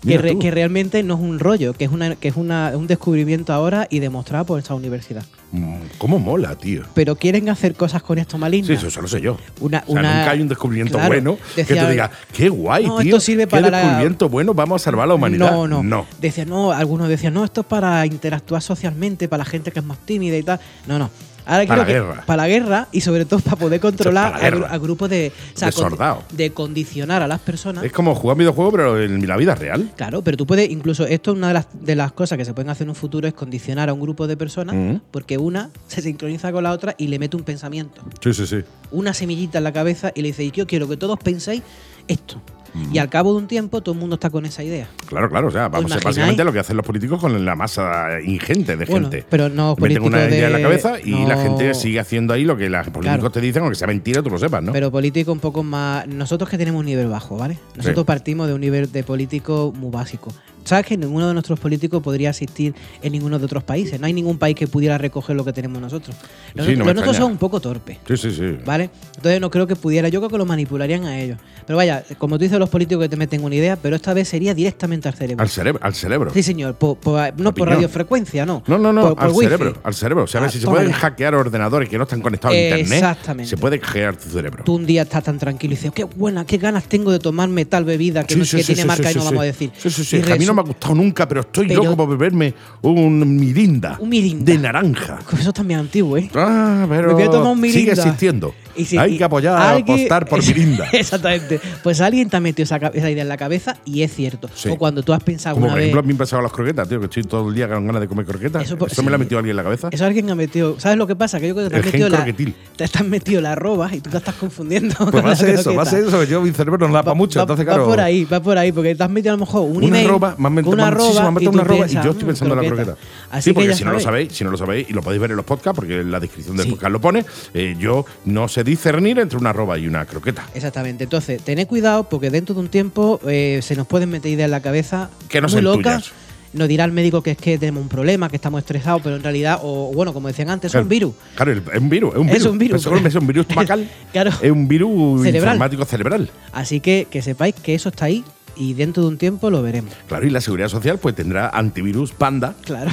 Speaker 3: Que,
Speaker 2: Mira
Speaker 3: re-
Speaker 2: tú.
Speaker 3: que realmente no es un rollo, que es, una, que es una- un descubrimiento ahora y demostrado por esta universidad.
Speaker 2: Mm, ¿Cómo mola, tío?
Speaker 3: Pero quieren hacer cosas con esto malignas.
Speaker 2: Sí, eso, eso lo sé yo.
Speaker 3: Una-
Speaker 2: o sea,
Speaker 3: una-
Speaker 2: nunca hay un descubrimiento
Speaker 3: claro,
Speaker 2: bueno que
Speaker 3: decía-
Speaker 2: te diga, qué guay,
Speaker 3: No,
Speaker 2: tío.
Speaker 3: esto sirve
Speaker 2: qué
Speaker 3: para la-
Speaker 2: descubrimiento bueno, vamos a salvar a la humanidad.
Speaker 3: No, no.
Speaker 2: No.
Speaker 3: Decía, no, algunos decían, no, esto es para interactuar socialmente, para la gente que es más tímida y tal. No, no. Ahora
Speaker 2: Para
Speaker 3: creo que-
Speaker 2: la guerra.
Speaker 3: Para la guerra y sobre todo para poder controlar
Speaker 2: Para la
Speaker 3: a gru-
Speaker 2: guerra.
Speaker 3: a, grupos de. o sea,
Speaker 2: De
Speaker 3: con-
Speaker 2: soldado.
Speaker 3: de condicionar a las personas.
Speaker 2: Es como jugar videojuegos, pero en la vida real.
Speaker 3: Claro, pero tú puedes, incluso esto es una de las, de las cosas que se pueden hacer en un futuro, es condicionar a un grupo de personas,
Speaker 2: Ujú.
Speaker 3: porque una se sincroniza con la otra y le mete un pensamiento,
Speaker 2: Sí, sí, sí.
Speaker 3: una semillita en la cabeza y le dice, yo quiero que todos penséis esto.
Speaker 2: Mm.
Speaker 3: Y al cabo de un tiempo todo el mundo está con esa idea.
Speaker 2: Claro, claro. O sea, vamos a
Speaker 3: imagináis?
Speaker 2: básicamente lo que hacen los políticos con la masa ingente de
Speaker 3: Bueno,
Speaker 2: gente.
Speaker 3: pero no
Speaker 2: Meten
Speaker 3: políticos
Speaker 2: una idea en la
Speaker 3: de-
Speaker 2: cabeza y
Speaker 3: no-
Speaker 2: la gente sigue haciendo ahí lo que los políticos
Speaker 3: Claro.
Speaker 2: te dicen, aunque sea mentira, tú lo sepas, ¿no?
Speaker 3: Pero político un poco más... Nosotros que tenemos un nivel bajo, ¿vale? Nosotros
Speaker 2: Sí.
Speaker 3: partimos de un nivel de político muy básico. ¿Sabes que ninguno de nuestros políticos podría asistir en ninguno de otros países? No hay ningún país que pudiera recoger lo que tenemos nosotros. Los,
Speaker 2: Sí, no me
Speaker 3: los nuestros
Speaker 2: extraña.
Speaker 3: son un poco torpes.
Speaker 2: sí, sí, sí.
Speaker 3: ¿Vale? Entonces no creo que pudiera, yo creo que lo manipularían a ellos. Pero vaya, como tú dices, los políticos que te meten una idea, pero esta vez sería directamente al cerebro.
Speaker 2: Al cerebro. Al cerebro.
Speaker 3: Sí, señor, por- por- no por
Speaker 2: Opinión.
Speaker 3: radiofrecuencia, no.
Speaker 2: No, no, no,
Speaker 3: por, por
Speaker 2: al
Speaker 3: wifi.
Speaker 2: cerebro, al cerebro. O sea, a ver,
Speaker 3: Ah,
Speaker 2: si se
Speaker 3: toma
Speaker 2: pueden
Speaker 3: ya.
Speaker 2: hackear ordenadores que no están conectados a internet,
Speaker 3: Exactamente.
Speaker 2: se puede hackear tu cerebro.
Speaker 3: Tú un día estás tan tranquilo y dices, qué buena, qué ganas tengo de tomarme tal bebida que,
Speaker 2: Sí,
Speaker 3: no,
Speaker 2: sí,
Speaker 3: que
Speaker 2: sí,
Speaker 3: tiene
Speaker 2: sí,
Speaker 3: marca
Speaker 2: sí,
Speaker 3: y no
Speaker 2: sí,
Speaker 3: vamos a
Speaker 2: sí.
Speaker 3: decir.
Speaker 2: Sí, sí, sí.
Speaker 3: Y
Speaker 2: Que A mí no me ha
Speaker 3: resu-
Speaker 2: gustado nunca, pero estoy
Speaker 3: Pero-
Speaker 2: loco por beberme un mirinda.
Speaker 3: Un Mirinda.
Speaker 2: De naranja.
Speaker 3: Eso es también antiguo, ¿eh?
Speaker 2: Ah, pero
Speaker 3: Me voy a tomar un Mirinda.
Speaker 2: sigue existiendo.
Speaker 3: Y si-
Speaker 2: Hay
Speaker 3: y
Speaker 2: que apoyar,
Speaker 3: alguien-
Speaker 2: apostar por mirinda.
Speaker 3: Exactamente. Pues alguien te ha metido esa, ca- esa idea en la cabeza y es cierto.
Speaker 2: Sí.
Speaker 3: O cuando tú has pensado
Speaker 2: Como
Speaker 3: una
Speaker 2: por
Speaker 3: vez.
Speaker 2: ejemplo a mí me pasaban las croquetas, tío, que estoy todo el día con ganas de comer croquetas. Eso,
Speaker 3: Eso por-
Speaker 2: me lo ha
Speaker 3: sí.
Speaker 2: metido alguien en la cabeza.
Speaker 3: Eso alguien ha metido. ¿Sabes lo que pasa? Que yo creo que te
Speaker 2: El
Speaker 3: has metido
Speaker 2: gen
Speaker 3: la,
Speaker 2: croquetil.
Speaker 3: te has metido la arroba y tú te estás confundiendo.
Speaker 2: Pues va a ser eso, va a
Speaker 3: base
Speaker 2: ser eso, que yo mi cerebro no da para mucho.
Speaker 3: va,
Speaker 2: entonces,
Speaker 3: va
Speaker 2: claro,
Speaker 3: por ahí, va por ahí, porque te has metido a lo mejor un
Speaker 2: una
Speaker 3: email.
Speaker 2: arroba, me han metido
Speaker 3: con una
Speaker 2: muchísimo, me
Speaker 3: arroba,
Speaker 2: han
Speaker 3: y
Speaker 2: metido
Speaker 3: tú
Speaker 2: una arroba
Speaker 3: piensas,
Speaker 2: y yo estoy
Speaker 3: "Mm,
Speaker 2: pensando en la
Speaker 3: croqueta".
Speaker 2: croqueta.
Speaker 3: Así
Speaker 2: sí, porque
Speaker 3: que ya
Speaker 2: si no lo
Speaker 3: sabéis.
Speaker 2: sabéis, si no lo sabéis, y lo podéis ver en los podcasts, porque en la descripción del
Speaker 3: Sí.
Speaker 2: podcast lo pone, eh, yo no sé discernir entre una arroba y una croqueta.
Speaker 3: Exactamente. Entonces, tened cuidado porque dentro de un tiempo eh, se nos pueden meter ideas en la cabeza
Speaker 2: Que no
Speaker 3: muy
Speaker 2: sean
Speaker 3: locas.
Speaker 2: tuyas.
Speaker 3: Nos dirá el médico que es que tenemos un problema, que estamos estresados, pero en realidad, o bueno, como decían antes, es un virus.
Speaker 2: Claro, el- es un virus, es un virus.
Speaker 3: Es un virus.
Speaker 2: Seguro que es un virus estomacal.
Speaker 3: Claro.
Speaker 2: Es un virus
Speaker 3: Cerebral.
Speaker 2: informático cerebral.
Speaker 3: Así que que sepáis que eso está ahí y dentro de un tiempo lo veremos.
Speaker 2: Claro, y la seguridad social pues tendrá antivirus panda.
Speaker 3: Claro.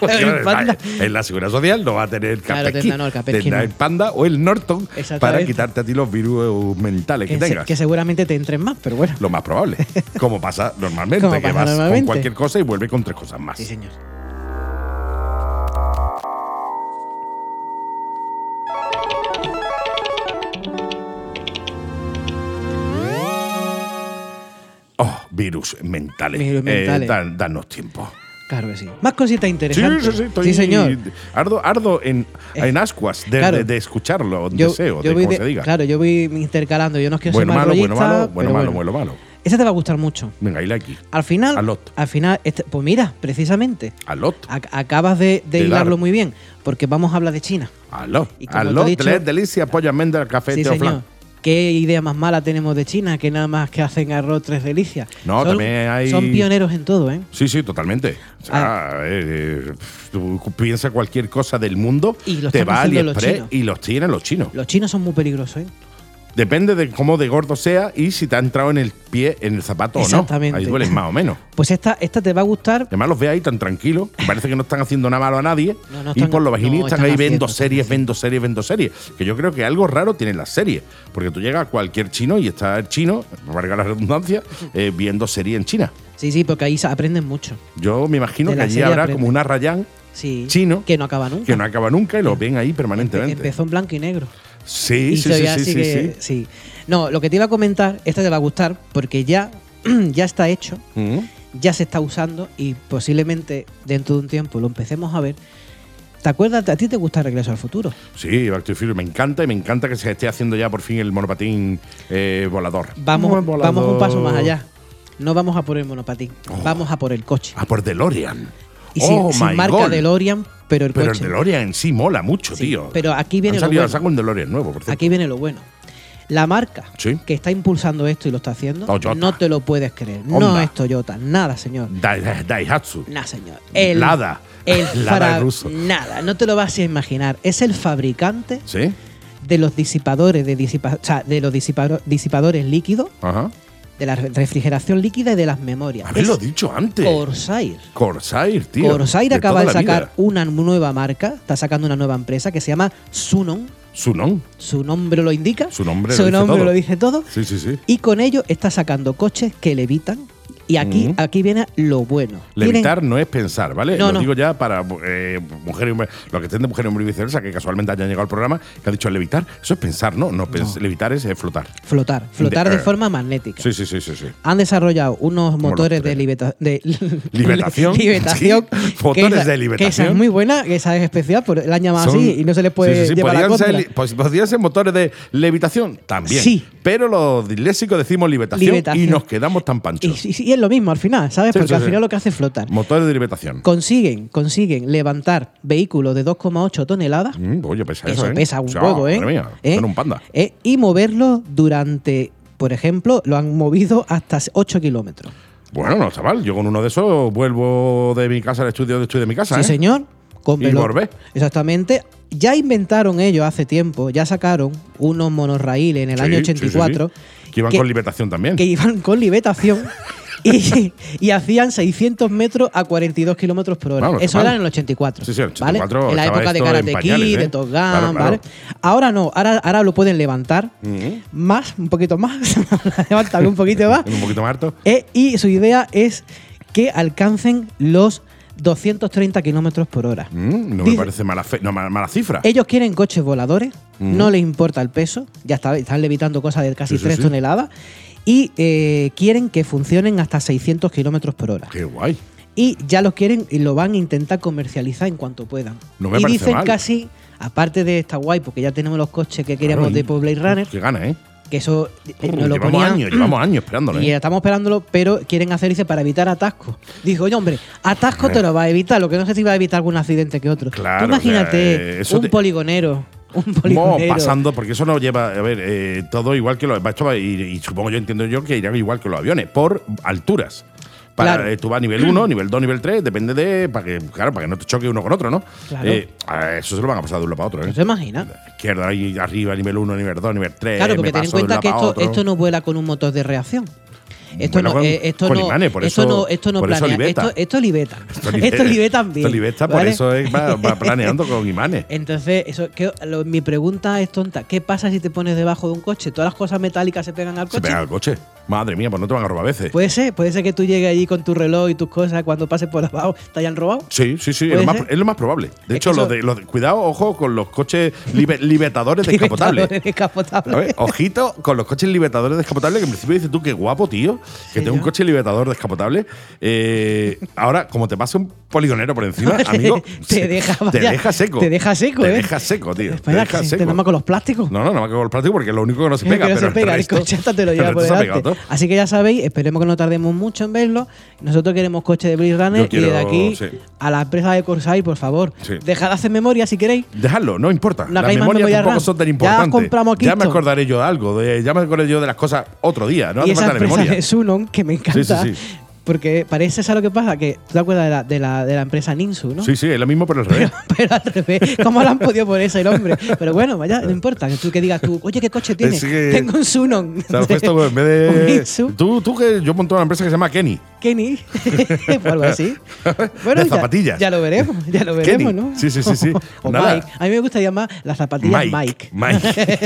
Speaker 2: Porque,
Speaker 3: El
Speaker 2: claro,
Speaker 3: panda.
Speaker 2: en la- en la seguridad social no va a tener
Speaker 3: Claro,
Speaker 2: Kaspersky.
Speaker 3: tendrá, no, el Kaspersky
Speaker 2: Tendrá
Speaker 3: no.
Speaker 2: el panda o el Norton para
Speaker 3: Exactamente.
Speaker 2: quitarte a ti los virus mentales que,
Speaker 3: que, se-
Speaker 2: tengas.
Speaker 3: que seguramente te entren más, pero bueno.
Speaker 2: Lo más probable. Como pasa normalmente,
Speaker 3: Como
Speaker 2: que
Speaker 3: pasa
Speaker 2: vas con
Speaker 3: normalmente.
Speaker 2: cualquier cosa y vuelve con tres cosas más.
Speaker 3: Sí, señor.
Speaker 2: Oh, virus mentales.
Speaker 3: Virus mentales.
Speaker 2: dan- danos tiempo.
Speaker 3: Claro que sí. Más cositas
Speaker 2: Sí,
Speaker 3: interesantes.
Speaker 2: sí, sí, estoy-
Speaker 3: señor.
Speaker 2: Ardo, ardo en, en ascuas de,
Speaker 3: Claro.
Speaker 2: de- de escucharlo, deseo, de
Speaker 3: voy
Speaker 2: cómo
Speaker 3: de-
Speaker 2: se diga.
Speaker 3: Claro, yo voy intercalando. Yo no quiero
Speaker 2: bueno,
Speaker 3: ser mal
Speaker 2: malo, bueno,
Speaker 3: rollista,
Speaker 2: malo, bueno,
Speaker 3: pero
Speaker 2: malo,
Speaker 3: bueno.
Speaker 2: bueno, malo.
Speaker 3: Ese te va a gustar mucho.
Speaker 2: Venga, hila aquí.
Speaker 3: Al final,
Speaker 2: Alot.
Speaker 3: al final, este- pues mira, precisamente,
Speaker 2: Alot.
Speaker 3: ac- acabas de, de
Speaker 2: De
Speaker 3: hilarlo
Speaker 2: dar.
Speaker 3: muy bien, porque vamos a hablar de China.
Speaker 2: Alot.
Speaker 3: Ah, Y como te he
Speaker 2: Alot,
Speaker 3: dicho-
Speaker 2: tres delicias, pollo, almendra, café,
Speaker 3: sí,
Speaker 2: teoflán.
Speaker 3: señor. ¿Qué idea más mala tenemos de China? Que nada más que hacen arroz tres delicias.
Speaker 2: No, también hay-
Speaker 3: Son pioneros en todo, ¿eh?
Speaker 2: Sí, sí, totalmente. O sea,
Speaker 3: Ah.
Speaker 2: eh, eh, tú piensa cualquier cosa del mundo,
Speaker 3: Y lo
Speaker 2: te
Speaker 3: están
Speaker 2: va a
Speaker 3: haciendo los
Speaker 2: AliExpress
Speaker 3: chinos.
Speaker 2: y los tienen los chinos.
Speaker 3: Los chinos son muy peligrosos, ¿eh?
Speaker 2: Depende de cómo de gordo sea y si te ha entrado en el pie, en el zapato o no.
Speaker 3: Exactamente.
Speaker 2: Ahí duelen más o menos.
Speaker 3: Pues esta, esta te va a gustar.
Speaker 2: Además los ve ahí tan tranquilos, que parece que no están haciendo nada malo a nadie.
Speaker 3: No, no
Speaker 2: y
Speaker 3: están-
Speaker 2: por lo bajín
Speaker 3: no,
Speaker 2: están,
Speaker 3: están
Speaker 2: ahí
Speaker 3: haciendo,
Speaker 2: viendo
Speaker 3: están
Speaker 2: series, viendo series, viendo series. Que yo creo que algo raro tienen las series. Porque tú llegas a cualquier chino y está el chino, valga la redundancia, eh, viendo series en China.
Speaker 3: Sí, sí, porque ahí se aprenden mucho.
Speaker 2: Yo me imagino
Speaker 3: De
Speaker 2: que
Speaker 3: la
Speaker 2: allí
Speaker 3: serie
Speaker 2: habrá
Speaker 3: aprende.
Speaker 2: como una Rayán
Speaker 3: Sí.
Speaker 2: Chino.
Speaker 3: Que no acaba nunca.
Speaker 2: que no acaba nunca y los ven ahí permanentemente.
Speaker 3: Empezó en blanco y negro.
Speaker 2: Sí,
Speaker 3: y
Speaker 2: sí, sí,
Speaker 3: todavía
Speaker 2: sí, sí,
Speaker 3: sigue-
Speaker 2: sí.
Speaker 3: sí. No, lo que te iba a comentar, esta te va a gustar porque ya, ya está hecho,
Speaker 2: Mm.
Speaker 3: ya se está usando y posiblemente dentro de un tiempo lo empecemos a ver. ¿Te acuerdas? ¿A ti te gusta Regreso al Futuro?
Speaker 2: Sí, Back to the Future, me encanta y me encanta que se esté haciendo ya por fin el monopatín eh, volador.
Speaker 3: Vamos,
Speaker 2: Buen volador.
Speaker 3: vamos un paso más allá. No vamos a por el monopatín, vamos a por el coche.
Speaker 2: Ah, por DeLorean.
Speaker 3: Y sin,
Speaker 2: oh
Speaker 3: sin
Speaker 2: my
Speaker 3: marca
Speaker 2: God.
Speaker 3: DeLorean, pero el
Speaker 2: Pero el
Speaker 3: coche.
Speaker 2: DeLorean en sí mola mucho,
Speaker 3: Sí,
Speaker 2: tío.
Speaker 3: pero aquí viene
Speaker 2: Han
Speaker 3: lo
Speaker 2: salido
Speaker 3: bueno.
Speaker 2: saco un DeLorean nuevo, por cierto.
Speaker 3: Aquí viene lo bueno. La marca
Speaker 2: Sí. Oh,
Speaker 3: que está impulsando esto y lo está haciendo,
Speaker 2: Toyota.
Speaker 3: no te lo puedes creer. No
Speaker 2: Honda.
Speaker 3: es Toyota, nada, señor.
Speaker 2: Dai- Dai- Daihatsu.
Speaker 3: Nah, señor.
Speaker 2: Lada.
Speaker 3: El
Speaker 2: Lada
Speaker 3: fra-
Speaker 2: ruso.
Speaker 3: Nada, no te lo vas a imaginar. Es el fabricante
Speaker 2: ¿Sí?
Speaker 3: de los disipadores de disipa- o sea, de los disiparo- disipadores líquidos,
Speaker 2: Ajá.
Speaker 3: de la re- refrigeración líquida y de las memorias.
Speaker 2: Haberlo
Speaker 3: Es
Speaker 2: dicho antes.
Speaker 3: Corsair.
Speaker 2: Corsair, tío.
Speaker 3: Corsair
Speaker 2: De
Speaker 3: acaba de
Speaker 2: toda la
Speaker 3: sacar
Speaker 2: vida.
Speaker 3: una nueva marca, está sacando una nueva empresa que se llama Sunon.
Speaker 2: Su nom.
Speaker 3: Su nombre lo indica.
Speaker 2: Su nombre lo
Speaker 3: Su
Speaker 2: dice
Speaker 3: nombre
Speaker 2: todo.
Speaker 3: lo dice todo.
Speaker 2: Sí, sí, sí.
Speaker 3: Y con ello está sacando coches que levitan. Y aquí,
Speaker 2: Mm.
Speaker 3: aquí viene lo bueno. Tienen-
Speaker 2: Levitar no es pensar, ¿vale?
Speaker 3: No,
Speaker 2: lo
Speaker 3: no.
Speaker 2: digo ya para eh, mujer y hombre, lo que estén de mujer y hombre y viceversa, que casualmente hayan llegado al programa, que ha dicho levitar, eso es pensar, ¿no? No, pens- levitar es eh, flotar.
Speaker 3: flotar, flotar
Speaker 2: The
Speaker 3: de,
Speaker 2: Earth.
Speaker 3: forma magnética.
Speaker 2: Sí, sí, sí, sí, sí.
Speaker 3: Han desarrollado unos motores de,
Speaker 2: tres.
Speaker 3: libeta- de
Speaker 2: Liberación.
Speaker 3: liberación.
Speaker 2: Sí,
Speaker 3: que
Speaker 2: motores de
Speaker 3: esa- Que esa es
Speaker 2: liberación.
Speaker 3: muy buena, que esa es especial, por, la han llamado
Speaker 2: Son-
Speaker 3: así Ah, y no se les puede
Speaker 2: Sí, sí, sí,
Speaker 3: llevar la
Speaker 2: podrían
Speaker 3: contra.
Speaker 2: ser, li- pues, podrían ser motores de levitación también.
Speaker 3: Sí.
Speaker 2: Pero los disléxicos decimos liberación,
Speaker 3: Liberación.
Speaker 2: y nos quedamos tan panchos.
Speaker 3: y, y- y es lo mismo al final, ¿sabes?
Speaker 2: Sí,
Speaker 3: Porque
Speaker 2: sí,
Speaker 3: al
Speaker 2: sí.
Speaker 3: final lo que hace es flotar.
Speaker 2: Motores de liberación.
Speaker 3: Consiguen, consiguen levantar vehículos de 2,8 toneladas.
Speaker 2: Mm, oye, pesa eso,
Speaker 3: Eso
Speaker 2: ¿eh?
Speaker 3: pesa un
Speaker 2: O sea,
Speaker 3: huevo, ¿eh?
Speaker 2: Madre mía,
Speaker 3: ¿Eh?
Speaker 2: son un panda.
Speaker 3: ¿Eh? Y moverlo durante, por ejemplo, lo han movido hasta 8 kilómetros.
Speaker 2: Bueno, no, chaval, yo con uno de esos vuelvo de mi casa al estudio de estudio de mi casa,
Speaker 3: Sí,
Speaker 2: ¿eh?
Speaker 3: señor. Con
Speaker 2: Y
Speaker 3: velo-
Speaker 2: volvé.
Speaker 3: Exactamente. Ya inventaron ellos hace tiempo, ya sacaron unos monorraíles en el
Speaker 2: Sí,
Speaker 3: año
Speaker 2: sí, sí, sí.
Speaker 3: 84
Speaker 2: Que iban
Speaker 3: que-
Speaker 2: con liberación también.
Speaker 3: que iban con libetación y, y hacían 600 metros a 42 kilómetros por hora.
Speaker 2: Vamos,
Speaker 3: Eso
Speaker 2: chaval.
Speaker 3: era en el 84.
Speaker 2: Sí, sí, el
Speaker 3: ¿vale?
Speaker 2: 84
Speaker 3: En la
Speaker 2: estaba
Speaker 3: época de
Speaker 2: esto en
Speaker 3: Karate Kid,
Speaker 2: pañales, ¿eh?
Speaker 3: de Top Gun,
Speaker 2: Claro, claro.
Speaker 3: ¿vale? Ahora no, ahora, ahora lo pueden levantar
Speaker 2: Mm.
Speaker 3: más, un poquito más. Levántalo un poquito más.
Speaker 2: Un poquito más harto.
Speaker 3: Eh, y su idea es que alcancen los 230 kilómetros por hora.
Speaker 2: Mm, no me
Speaker 3: Dice-
Speaker 2: parece mala, fe- no, mala, mala cifra.
Speaker 3: Ellos quieren coches voladores, no les importa el peso, ya está- están levitando cosas de casi
Speaker 2: Mm. Sí, sí,
Speaker 3: 3
Speaker 2: sí.
Speaker 3: toneladas, y eh, quieren que funcionen hasta 600 kilómetros por hora.
Speaker 2: Qué guay.
Speaker 3: Y ya los quieren y lo van a intentar comercializar en cuanto puedan.
Speaker 2: No me
Speaker 3: y
Speaker 2: parece
Speaker 3: dicen
Speaker 2: mal.
Speaker 3: casi, aparte de esta guay, porque ya tenemos los coches que queríamos
Speaker 2: Claro,
Speaker 3: de
Speaker 2: y-
Speaker 3: Poblade Runner,
Speaker 2: Qué gana, ¿eh?
Speaker 3: que eso eh,
Speaker 2: Uh,
Speaker 3: nos lo
Speaker 2: llevamos
Speaker 3: ponían.
Speaker 2: años, llevamos años esperándolo,
Speaker 3: Y
Speaker 2: ¿eh?
Speaker 3: estamos esperándolo, pero quieren hacer, dice, para evitar atascos. Dijo, oye, hombre, atasco te lo va a evitar, lo que no sé si va a evitar algún accidente que otro. Tú
Speaker 2: Eh. Claro, o sea,
Speaker 3: imagínate
Speaker 2: eh, eso
Speaker 3: un
Speaker 2: te-
Speaker 3: poligonero, un
Speaker 2: Vamos
Speaker 3: poligonero.
Speaker 2: pasando, porque eso no lleva, a ver, eh, todo igual que los. Esto va- y, y supongo yo, entiendo yo, que irán igual que los aviones, por alturas. Para,
Speaker 3: Claro.
Speaker 2: eh, tú vas a nivel 1, nivel 2, nivel 3, depende de. Para que, claro, para que no te choque uno con otro, ¿no?
Speaker 3: Claro.
Speaker 2: Eh, a eso se lo van a pasar de uno para otro,
Speaker 3: ¿No
Speaker 2: ¿eh?
Speaker 3: se imagina?
Speaker 2: Izquierda, ahí arriba, nivel 1, nivel 2, nivel 3.
Speaker 3: Claro, porque ten en cuenta que esto, esto no vuela con un motor de reacción. Esto
Speaker 2: Vuela
Speaker 3: no,
Speaker 2: con-
Speaker 3: eh, esto
Speaker 2: con
Speaker 3: no,
Speaker 2: imanes, por
Speaker 3: esto
Speaker 2: eso-
Speaker 3: no, esto no
Speaker 2: por eso
Speaker 3: planea,
Speaker 2: libeta.
Speaker 3: esto, esto libeta, esto libeta, bien,
Speaker 2: Esto libeta, por
Speaker 3: ¿vale? Eh,
Speaker 2: eso es- va, va planeando con imanes.
Speaker 3: Entonces, eso, que- lo- mi pregunta es tonta. ¿Qué pasa si te pones debajo de un coche? ¿Todas las cosas metálicas se pegan al
Speaker 2: Se
Speaker 3: coche?
Speaker 2: pega el coche. Madre mía, pues no te van a robar a veces.
Speaker 3: Puede ser, puede ser que tú llegues allí con tu reloj y tus cosas cuando pases por abajo te hayan robado.
Speaker 2: Sí, sí, sí, es
Speaker 3: ¿Puede
Speaker 2: lo, más,
Speaker 3: ser?
Speaker 2: es lo más probable. De
Speaker 3: Es
Speaker 2: hecho,
Speaker 3: que
Speaker 2: los
Speaker 3: eso-
Speaker 2: de, los de- cuidado, ojo con los coches libe- libertadores descapotables.
Speaker 3: Libertadores descapotables.
Speaker 2: A ver, Ojito con los coches libertadores descapotables, que en principio dices tú, qué guapo, tío, que tengo un
Speaker 3: ¿no?
Speaker 2: coche libertador descapotable. Eh, ahora, como te pase un poligonero por encima, amigo,
Speaker 3: te deja,
Speaker 2: te
Speaker 3: vaya,
Speaker 2: deja seco.
Speaker 3: te deja seco,
Speaker 2: Te
Speaker 3: ¿eh?
Speaker 2: deja seco, tío. Te
Speaker 3: Espera,
Speaker 2: deja
Speaker 3: que se
Speaker 2: seco.
Speaker 3: te mama con los plásticos.
Speaker 2: No, no, no me ha quedado el plástico porque es lo único que no se pega.
Speaker 3: Que no
Speaker 2: pero
Speaker 3: se
Speaker 2: el
Speaker 3: pega, el
Speaker 2: resto-
Speaker 3: coche hasta te lo
Speaker 2: el
Speaker 3: lleva
Speaker 2: resto
Speaker 3: por
Speaker 2: se ha
Speaker 3: delante.
Speaker 2: pegado todo. Exacto.
Speaker 3: Así que ya sabéis, esperemos que no tardemos mucho en verlo. Nosotros queremos coche de Blade Runner
Speaker 2: Yo quiero-
Speaker 3: y de aquí
Speaker 2: sí.
Speaker 3: a la empresa de Corsair, por favor,
Speaker 2: Sí.
Speaker 3: dejad de hacer memoria si queréis.
Speaker 2: Dejadlo, no importa.
Speaker 3: No
Speaker 2: Las
Speaker 3: hagáis más
Speaker 2: memorias
Speaker 3: memoria
Speaker 2: tampoco
Speaker 3: RAM.
Speaker 2: son tan
Speaker 3: Ya
Speaker 2: importantes.
Speaker 3: compramos aquí
Speaker 2: Ya me
Speaker 3: esto.
Speaker 2: acordaré yo de algo. de- ya me acordaré yo de las cosas otro día. No hace
Speaker 3: y esa
Speaker 2: falta de
Speaker 3: empresa
Speaker 2: memoria.
Speaker 3: de Sunon, que me encanta,
Speaker 2: Sí, sí, sí.
Speaker 3: porque parece esa lo que pasa, que tú te acuerdas de la, de la, de la empresa Ninsu, ¿no?
Speaker 2: Sí, sí, es lo mismo, pero al revés.
Speaker 3: Pero al revés, ¿cómo lo han podido poner ese nombre? Pero bueno, vaya, no importa, que tú que digas tú, oye, ¿qué coche tiene?
Speaker 2: Es que-
Speaker 3: Tengo un Sunon.
Speaker 2: Te has puesto en vez de.
Speaker 3: Un Mitsu.
Speaker 2: Tú, tú que yo monté una empresa que se llama Kenny.
Speaker 3: Kenny, o algo así.
Speaker 2: Las
Speaker 3: ya-
Speaker 2: zapatillas.
Speaker 3: Ya, lo veremos, ya lo
Speaker 2: Kenny.
Speaker 3: veremos, ¿no?
Speaker 2: Sí, sí, sí, sí.
Speaker 3: o
Speaker 2: Nada.
Speaker 3: Mike. A mí me gusta llamar las zapatillas Mike.
Speaker 2: Mike.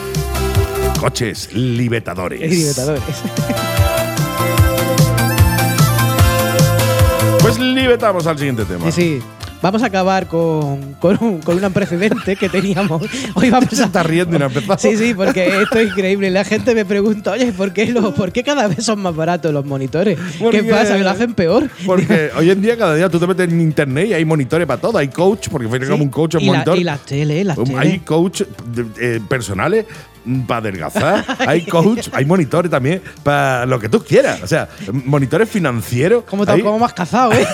Speaker 2: Coches libertadores.
Speaker 3: Es libertadores.
Speaker 2: Pues libertamos al siguiente tema.
Speaker 3: Sí, sí. Vamos a acabar con, con, un, con un precedente que teníamos. Hoy vamos
Speaker 2: Se
Speaker 3: a
Speaker 2: está riendo y no ha empezado.
Speaker 3: Sí, sí, porque esto es increíble. La gente me pregunta, oye, ¿por qué, lo- por qué cada vez son más baratos los monitores?
Speaker 2: Porque-
Speaker 3: ¿Qué pasa? ¿Me lo hacen peor?
Speaker 2: Porque hoy en día, cada día tú te metes en internet y hay monitores para todo. Hay coach, porque fue
Speaker 3: Sí.
Speaker 2: como un coach en
Speaker 3: y, la-
Speaker 2: monitor.
Speaker 3: y las tele, las
Speaker 2: Um,
Speaker 3: tele.
Speaker 2: Hay coach de- eh, personales para adelgazar, hay coach, hay monitores también para lo que tú quieras, o sea, monitores financieros.
Speaker 3: Como,
Speaker 2: hay,
Speaker 3: como más cazado, ¿eh?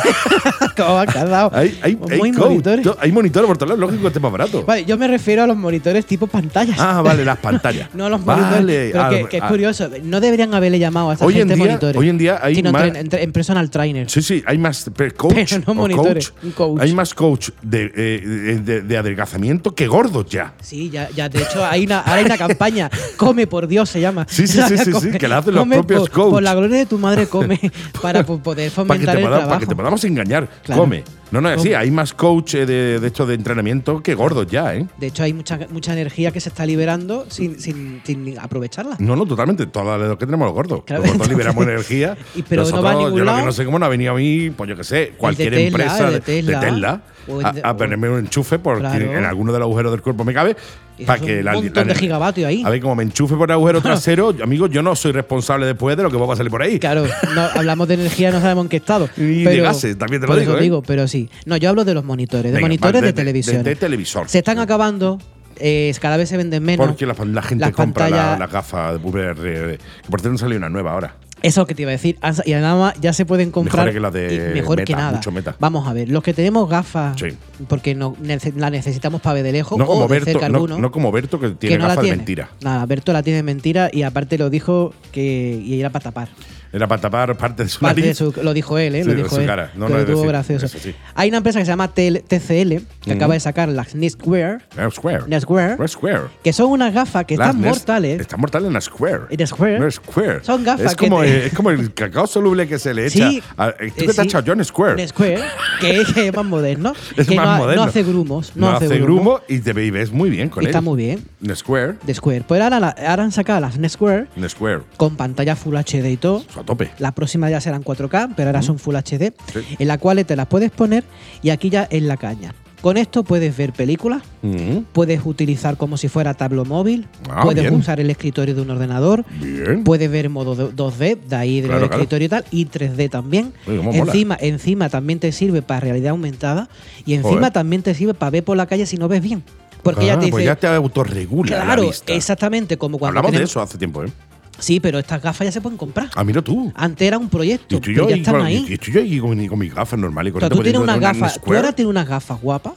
Speaker 3: como más cazado.
Speaker 2: hay, hay,
Speaker 3: Pues Muy
Speaker 2: hay coach,
Speaker 3: monitores.
Speaker 2: to- hay monitores por todos lados, lógico que esté más barato.
Speaker 3: Vale, yo me refiero a los monitores tipo pantallas.
Speaker 2: Ah, vale, las pantallas.
Speaker 3: No a los
Speaker 2: Vale,
Speaker 3: monitores. pero
Speaker 2: ah,
Speaker 3: que, que es
Speaker 2: ah,
Speaker 3: curioso. No deberían haberle llamado a esa
Speaker 2: Hoy en
Speaker 3: gente
Speaker 2: día-
Speaker 3: monitores.
Speaker 2: hoy en día hay
Speaker 3: sino
Speaker 2: más-
Speaker 3: entre- entre- en personal trainer.
Speaker 2: Sí, sí, hay más pe- coach.
Speaker 3: Pero no
Speaker 2: o
Speaker 3: monitores,
Speaker 2: coach.
Speaker 3: un coach.
Speaker 2: Hay más coach de, eh, de- de- de adelgazamiento que gordos ya.
Speaker 3: Sí, ya, ya, de hecho, hay una, ahora hay una campaña. Come por Dios se llama.
Speaker 2: Sí, sí, sí, sí, sí,
Speaker 3: Come-
Speaker 2: que la hacen los
Speaker 3: come
Speaker 2: propios
Speaker 3: por,
Speaker 2: coach.
Speaker 3: Por la gloria de tu madre, come para po- poder
Speaker 2: Para que,
Speaker 3: fomentar
Speaker 2: te
Speaker 3: el
Speaker 2: poda- para
Speaker 3: trabajo.
Speaker 2: que te podamos engañar.
Speaker 3: Claro.
Speaker 2: Come. No, no, es así.
Speaker 3: Come.
Speaker 2: Hay más coach eh, de, de esto de entrenamiento que gordos ya, ¿eh?
Speaker 3: De hecho, hay mucha, mucha energía que se está liberando sin, sin, sin aprovecharla.
Speaker 2: No, no, totalmente. Todo lo que tenemos los gordos.
Speaker 3: Claro,
Speaker 2: los gordos
Speaker 3: entonces-
Speaker 2: liberamos energía.
Speaker 3: Y pero no
Speaker 2: Nosotros,
Speaker 3: va a ningún
Speaker 2: yo lo que
Speaker 3: lado.
Speaker 2: no sé cómo no ha venido a mí, pues yo qué sé, cualquier
Speaker 3: Tesla,
Speaker 2: empresa
Speaker 3: el
Speaker 2: de
Speaker 3: de
Speaker 2: Tesla,
Speaker 3: Tesla. O el de-
Speaker 2: a, a
Speaker 3: o-
Speaker 2: ponerme un enchufe porque
Speaker 3: Claro.
Speaker 2: en alguno de los agujeros del cuerpo me cabe.
Speaker 3: Eso
Speaker 2: Para
Speaker 3: es
Speaker 2: que
Speaker 3: un
Speaker 2: la,
Speaker 3: montón
Speaker 2: la-
Speaker 3: de gigavatios ahí.
Speaker 2: A ver, como me enchufe por el agujero trasero, amigo, yo no soy responsable después de lo que va a salir por ahí.
Speaker 3: Claro, no, hablamos de energía, no sabemos en qué estado.
Speaker 2: Y de gases, también te lo
Speaker 3: por
Speaker 2: digo,
Speaker 3: eso
Speaker 2: ¿eh?
Speaker 3: digo, pero sí. No, yo hablo de los monitores, de
Speaker 2: Venga,
Speaker 3: monitores
Speaker 2: vale,
Speaker 3: de,
Speaker 2: de-
Speaker 3: televisión.
Speaker 2: de- de televisor.
Speaker 3: Se están acabando, eh, cada vez se venden menos.
Speaker 2: Porque la, la gente
Speaker 3: Las
Speaker 2: compra la-
Speaker 3: pantallas-
Speaker 2: la, gafa de VR. Que por cierto, no salió una nueva ahora.
Speaker 3: Eso que te iba a decir. Han sa- Y nada más ya se pueden comprar.
Speaker 2: Mejores que las de
Speaker 3: y mejor que
Speaker 2: Meta,
Speaker 3: nada.
Speaker 2: mucho Meta.
Speaker 3: Vamos a ver, los que tenemos gafas,
Speaker 2: Sí.
Speaker 3: porque no, nece- la necesitamos para ver de lejos
Speaker 2: No
Speaker 3: o
Speaker 2: como,
Speaker 3: de
Speaker 2: Berto,
Speaker 3: cerca
Speaker 2: no,
Speaker 3: alguno,
Speaker 2: no como Berto, que tiene
Speaker 3: que no
Speaker 2: gafas
Speaker 3: la tiene.
Speaker 2: de mentira.
Speaker 3: Nada, Berto la tiene de mentira y aparte lo dijo que y era para tapar.
Speaker 2: Era para tapar parte de su
Speaker 3: Parte
Speaker 2: nariz.
Speaker 3: de su- lo dijo él, ¿eh?
Speaker 2: Sí,
Speaker 3: lo
Speaker 2: de
Speaker 3: dijo
Speaker 2: su
Speaker 3: él.
Speaker 2: cara. No,
Speaker 3: que
Speaker 2: no,
Speaker 3: lo
Speaker 2: es
Speaker 3: tuvo
Speaker 2: decir,
Speaker 3: gracioso.
Speaker 2: eso sí.
Speaker 3: Hay una empresa que se llama TL TCL, que
Speaker 2: Mm.
Speaker 3: acaba de sacar las Knitwear,
Speaker 2: Era Square.
Speaker 3: Era Square.
Speaker 2: Era Square.
Speaker 3: que son unas gafas que están
Speaker 2: Las Nest-
Speaker 3: mortales.
Speaker 2: Están mortales en la Square.
Speaker 3: En la Square.
Speaker 2: No es Square.
Speaker 3: Son gafas
Speaker 2: Es como,
Speaker 3: que te-
Speaker 2: eh, es como el cacao soluble que se le
Speaker 3: Sí.
Speaker 2: echa. a- eh, ¿Tú
Speaker 3: Eh,
Speaker 2: qué te has
Speaker 3: sí.
Speaker 2: echado? John Square.
Speaker 3: Un Square, que es, que es más moderno.
Speaker 2: Es
Speaker 3: que
Speaker 2: más
Speaker 3: no, ha-
Speaker 2: moderno.
Speaker 3: no hace grumos. No, hace grumos.
Speaker 2: grumo y te ve- y ves muy bien con
Speaker 3: Está
Speaker 2: él.
Speaker 3: muy bien.
Speaker 2: En Square.
Speaker 3: De Square. Pues ahora, la- ahora han sacado las Square
Speaker 2: En Square.
Speaker 3: con pantalla Full HD y todo.
Speaker 2: A tope.
Speaker 3: Las próximas ya serán 4K, pero ahora son Full HD,
Speaker 2: Mm. Sí.
Speaker 3: en la cual te las puedes poner y aquí ya en la caña. Con esto puedes ver películas,
Speaker 2: Mm,
Speaker 3: puedes utilizar como si fuera tablo móvil,
Speaker 2: Ah,
Speaker 3: puedes
Speaker 2: bien.
Speaker 3: usar el escritorio de un ordenador,
Speaker 2: Bien.
Speaker 3: puedes ver en modo do- 2D, de ahí del
Speaker 2: Claro, claro.
Speaker 3: escritorio y tal, y 3D también.
Speaker 2: Oye, cómo mola.
Speaker 3: encima, encima también te sirve para realidad aumentada y encima
Speaker 2: Joder.
Speaker 3: también te sirve para ver por la calle si no ves bien. Porque
Speaker 2: Ah,
Speaker 3: ya te dice,
Speaker 2: pues ya te autorregula. la
Speaker 3: claro,
Speaker 2: vista.
Speaker 3: exactamente como cuando
Speaker 2: Hablamos de
Speaker 3: tenemos-
Speaker 2: eso hace tiempo, ¿eh?
Speaker 3: Sí, pero estas gafas ya se pueden comprar.
Speaker 2: Ah, mira tú.
Speaker 3: Antes era un proyecto,
Speaker 2: Y tú y yo
Speaker 3: pero ya
Speaker 2: ahí
Speaker 3: están
Speaker 2: con,
Speaker 3: ahí.
Speaker 2: y tú y yo ahí con- con mis gafas normales. y
Speaker 3: O
Speaker 2: con este
Speaker 3: sea,
Speaker 2: esto
Speaker 3: tú tienes
Speaker 2: poniendo
Speaker 3: unas
Speaker 2: una- una
Speaker 3: gafas, tú
Speaker 2: Square.
Speaker 3: ahora tienes unas gafas guapas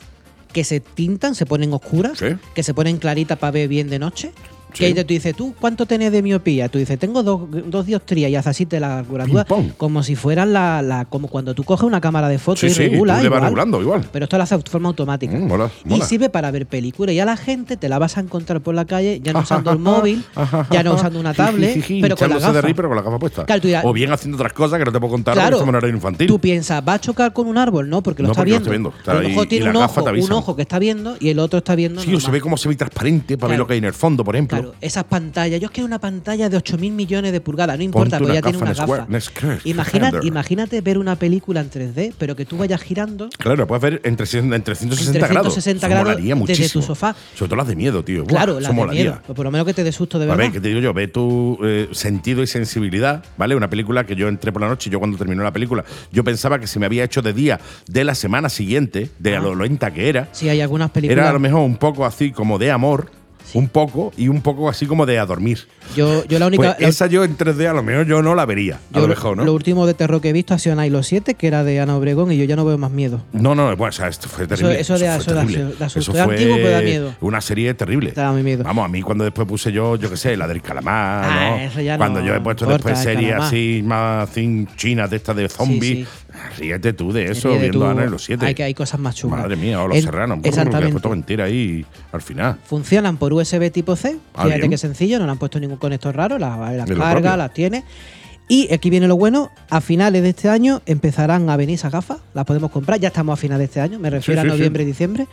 Speaker 3: que se tintan, se ponen oscuras,
Speaker 2: Sí.
Speaker 3: que se ponen claritas para ver bien de noche.
Speaker 2: Sí.
Speaker 3: Que ella tú dices, ¿tú cuánto tenés de miopía? Tú dices, tengo dos, dos dioptrías y haces así te la gradúas
Speaker 2: Ping pong.
Speaker 3: como si fueran la, la- como cuando tú coges una cámara de fotos
Speaker 2: Sí,
Speaker 3: y
Speaker 2: sí, tú
Speaker 3: regula.
Speaker 2: le vas
Speaker 3: igual.
Speaker 2: regulando igual.
Speaker 3: Pero esto lo hace de forma automática.
Speaker 2: Mm, mola,
Speaker 3: y
Speaker 2: mola.
Speaker 3: sirve para ver películas. Y a la gente te la vas a encontrar por la calle, ya no usando el móvil, ya no usando una tablet,
Speaker 2: Jijiji,
Speaker 3: pero con la
Speaker 2: echándose de
Speaker 3: gafa.
Speaker 2: reír, pero con la gafa puesta.
Speaker 3: Claro, tú dirás-
Speaker 2: o bien haciendo otras cosas que no te puedo contar porque estamos en horario infantil.
Speaker 3: Tú piensas, va a chocar con un árbol, ¿no? Porque lo
Speaker 2: No,
Speaker 3: está
Speaker 2: porque lo está
Speaker 3: viendo.
Speaker 2: viendo. Está
Speaker 3: a lo
Speaker 2: ahí,
Speaker 3: mejor
Speaker 2: y
Speaker 3: tiene
Speaker 2: la
Speaker 3: un
Speaker 2: gafa
Speaker 3: ojo,
Speaker 2: te avisa.
Speaker 3: un ojo que está viendo y el otro está viendo.
Speaker 2: sí, o se
Speaker 3: normal.
Speaker 2: ve cómo se ve transparente para ver
Speaker 3: Claro.
Speaker 2: lo que hay en el fondo, por ejemplo.
Speaker 3: Claro, esas pantallas. Yo es que una pantalla de 8.000 millones de pulgadas, no importa,
Speaker 2: Ponte
Speaker 3: porque ya
Speaker 2: una
Speaker 3: tiene una
Speaker 2: gafa en
Speaker 3: gafa.
Speaker 2: Square- en Square-
Speaker 3: Imagina-
Speaker 2: Defender.
Speaker 3: imagínate ver una película en 3D, pero que tú vayas girando
Speaker 2: Claro, lo puedes ver en 360, en 360 grados.
Speaker 3: 360
Speaker 2: Eso
Speaker 3: grados
Speaker 2: molaría
Speaker 3: desde tu
Speaker 2: muchísimo.
Speaker 3: sofá.
Speaker 2: Sobre todo las de miedo, tío. Buah,
Speaker 3: Claro,
Speaker 2: eso
Speaker 3: la de
Speaker 2: molaría.
Speaker 3: miedo. O por lo menos que te dé susto de
Speaker 2: A
Speaker 3: verdad.
Speaker 2: ver, ¿qué te digo yo? Pues Ve tu eh, sentido y sensibilidad, ¿vale? Una película que yo entré por la noche y yo cuando terminó la película, yo pensaba que se me había hecho de día de la semana siguiente, de
Speaker 3: Ah.
Speaker 2: lo lenta que era.
Speaker 3: Sí, hay algunas películas.
Speaker 2: Era a lo mejor un poco así como de amor. un poco y un poco así como de a dormir.
Speaker 3: Yo, yo la
Speaker 2: Pues
Speaker 3: única. la-
Speaker 2: esa yo en 3D a lo mejor yo no la vería.
Speaker 3: yo
Speaker 2: a lo mejor, ¿no?
Speaker 3: lo último de terror que he visto ha sido Night los 7, que era de Ana Obregón, y yo ya no veo más miedo.
Speaker 2: no, no, bueno, o sea, esto fue terrible.
Speaker 3: eso de-
Speaker 2: fue
Speaker 3: eso de
Speaker 2: terrible.
Speaker 3: asu- de
Speaker 2: Eso
Speaker 3: asustar antiguo, pero pues, da miedo.
Speaker 2: Una serie terrible.
Speaker 3: Te da mi miedo.
Speaker 2: Vamos, a mí cuando después puse yo, yo qué sé, la del calamar,
Speaker 3: Ah,
Speaker 2: ¿no?
Speaker 3: eso ya
Speaker 2: Cuando
Speaker 3: no
Speaker 2: yo he puesto
Speaker 3: importa,
Speaker 2: después
Speaker 3: el
Speaker 2: series
Speaker 3: calamar.
Speaker 2: así más cin- chinas de estas de zombies,
Speaker 3: sí.
Speaker 2: ríete tú de eso,
Speaker 3: Ríe de
Speaker 2: viendo
Speaker 3: tú.
Speaker 2: a Ana en los 7.
Speaker 3: Hay, que- hay cosas más chungas.
Speaker 2: Madre mía, o los
Speaker 3: En-
Speaker 2: serranos. brr, que he
Speaker 3: Exactamente.
Speaker 2: puesto mentira ahí al final.
Speaker 3: Funcionan por USB tipo C.
Speaker 2: Ah,
Speaker 3: Fíjate
Speaker 2: bien.
Speaker 3: que sencillo, no le han puesto ningún conector raro, las,
Speaker 2: Es
Speaker 3: las
Speaker 2: lo
Speaker 3: carga,
Speaker 2: propio.
Speaker 3: las tiene. Y aquí viene lo bueno, a finales de este año empezarán a venir esas gafas, las podemos comprar, ya estamos a finales de este año, me refiero
Speaker 2: sí,
Speaker 3: a
Speaker 2: sí.
Speaker 3: noviembre y diciembre,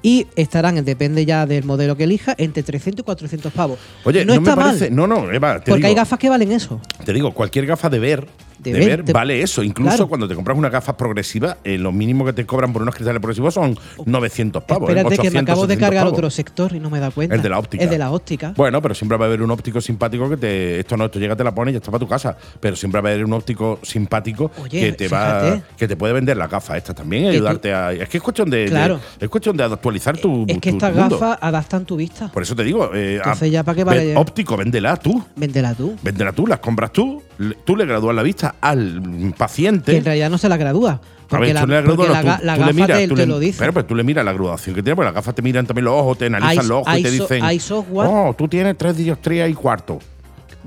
Speaker 3: y estarán, depende ya del modelo que elija, entre 300 y 400 pavos.
Speaker 2: Oye, no,
Speaker 3: está
Speaker 2: me parece.
Speaker 3: mal,
Speaker 2: No, no, Eva, te
Speaker 3: porque hay
Speaker 2: digo,
Speaker 3: gafas que valen eso.
Speaker 2: Te digo, cualquier gafa de ver, de,
Speaker 3: De
Speaker 2: ver,
Speaker 3: ver, te-
Speaker 2: vale eso. Incluso
Speaker 3: claro.
Speaker 2: cuando te compras una gafa progresiva, eh, lo mínimo que te cobran por unos cristales progresivos son 900 pavos. eh,
Speaker 3: Espérate que me
Speaker 2: 800,
Speaker 3: acabo de
Speaker 2: 700
Speaker 3: cargar
Speaker 2: pavos.
Speaker 3: otro sector y no me da cuenta.
Speaker 2: El de la óptica.
Speaker 3: El de la óptica.
Speaker 2: Bueno, pero siempre va a haber un óptico simpático que te. Esto no, esto llega, te la pones y ya está para tu casa. Pero siempre va a haber un óptico simpático
Speaker 3: Oye,
Speaker 2: que te va.
Speaker 3: fíjate.
Speaker 2: que te puede vender las gafas estas también y
Speaker 3: Que tú-
Speaker 2: ayudarte a. Es que es cuestión de. de-
Speaker 3: Claro.
Speaker 2: es cuestión de actualizar tu.
Speaker 3: es que
Speaker 2: tu- tu
Speaker 3: estas
Speaker 2: mundo.
Speaker 3: gafas adaptan tu vista.
Speaker 2: Por eso te digo. eh,
Speaker 3: Entonces, ¿ya para
Speaker 2: ve-
Speaker 3: qué vale?
Speaker 2: Óptico, véndela tú.
Speaker 3: Véndela tú.
Speaker 2: Véndela tú, las compras tú, le- tú le gradúas la vista al mm,
Speaker 3: Que
Speaker 2: paciente.
Speaker 3: en realidad no se la gradúa.
Speaker 2: A ver,
Speaker 3: Porque la,
Speaker 2: tú le gradúas,
Speaker 3: porque
Speaker 2: no,
Speaker 3: la
Speaker 2: tú-
Speaker 3: ga- la
Speaker 2: tú le
Speaker 3: gafa
Speaker 2: miras,
Speaker 3: te,
Speaker 2: tú
Speaker 3: te
Speaker 2: le-
Speaker 3: lo dice.
Speaker 2: Pero, pues, tú le miras la graduación que tiene, porque las gafas te miran también los ojos, te analizan los ojos
Speaker 3: hay
Speaker 2: y te
Speaker 3: so-
Speaker 2: dicen.
Speaker 3: hay software-
Speaker 2: Oh, tú tienes tres dioptrías y cuarto.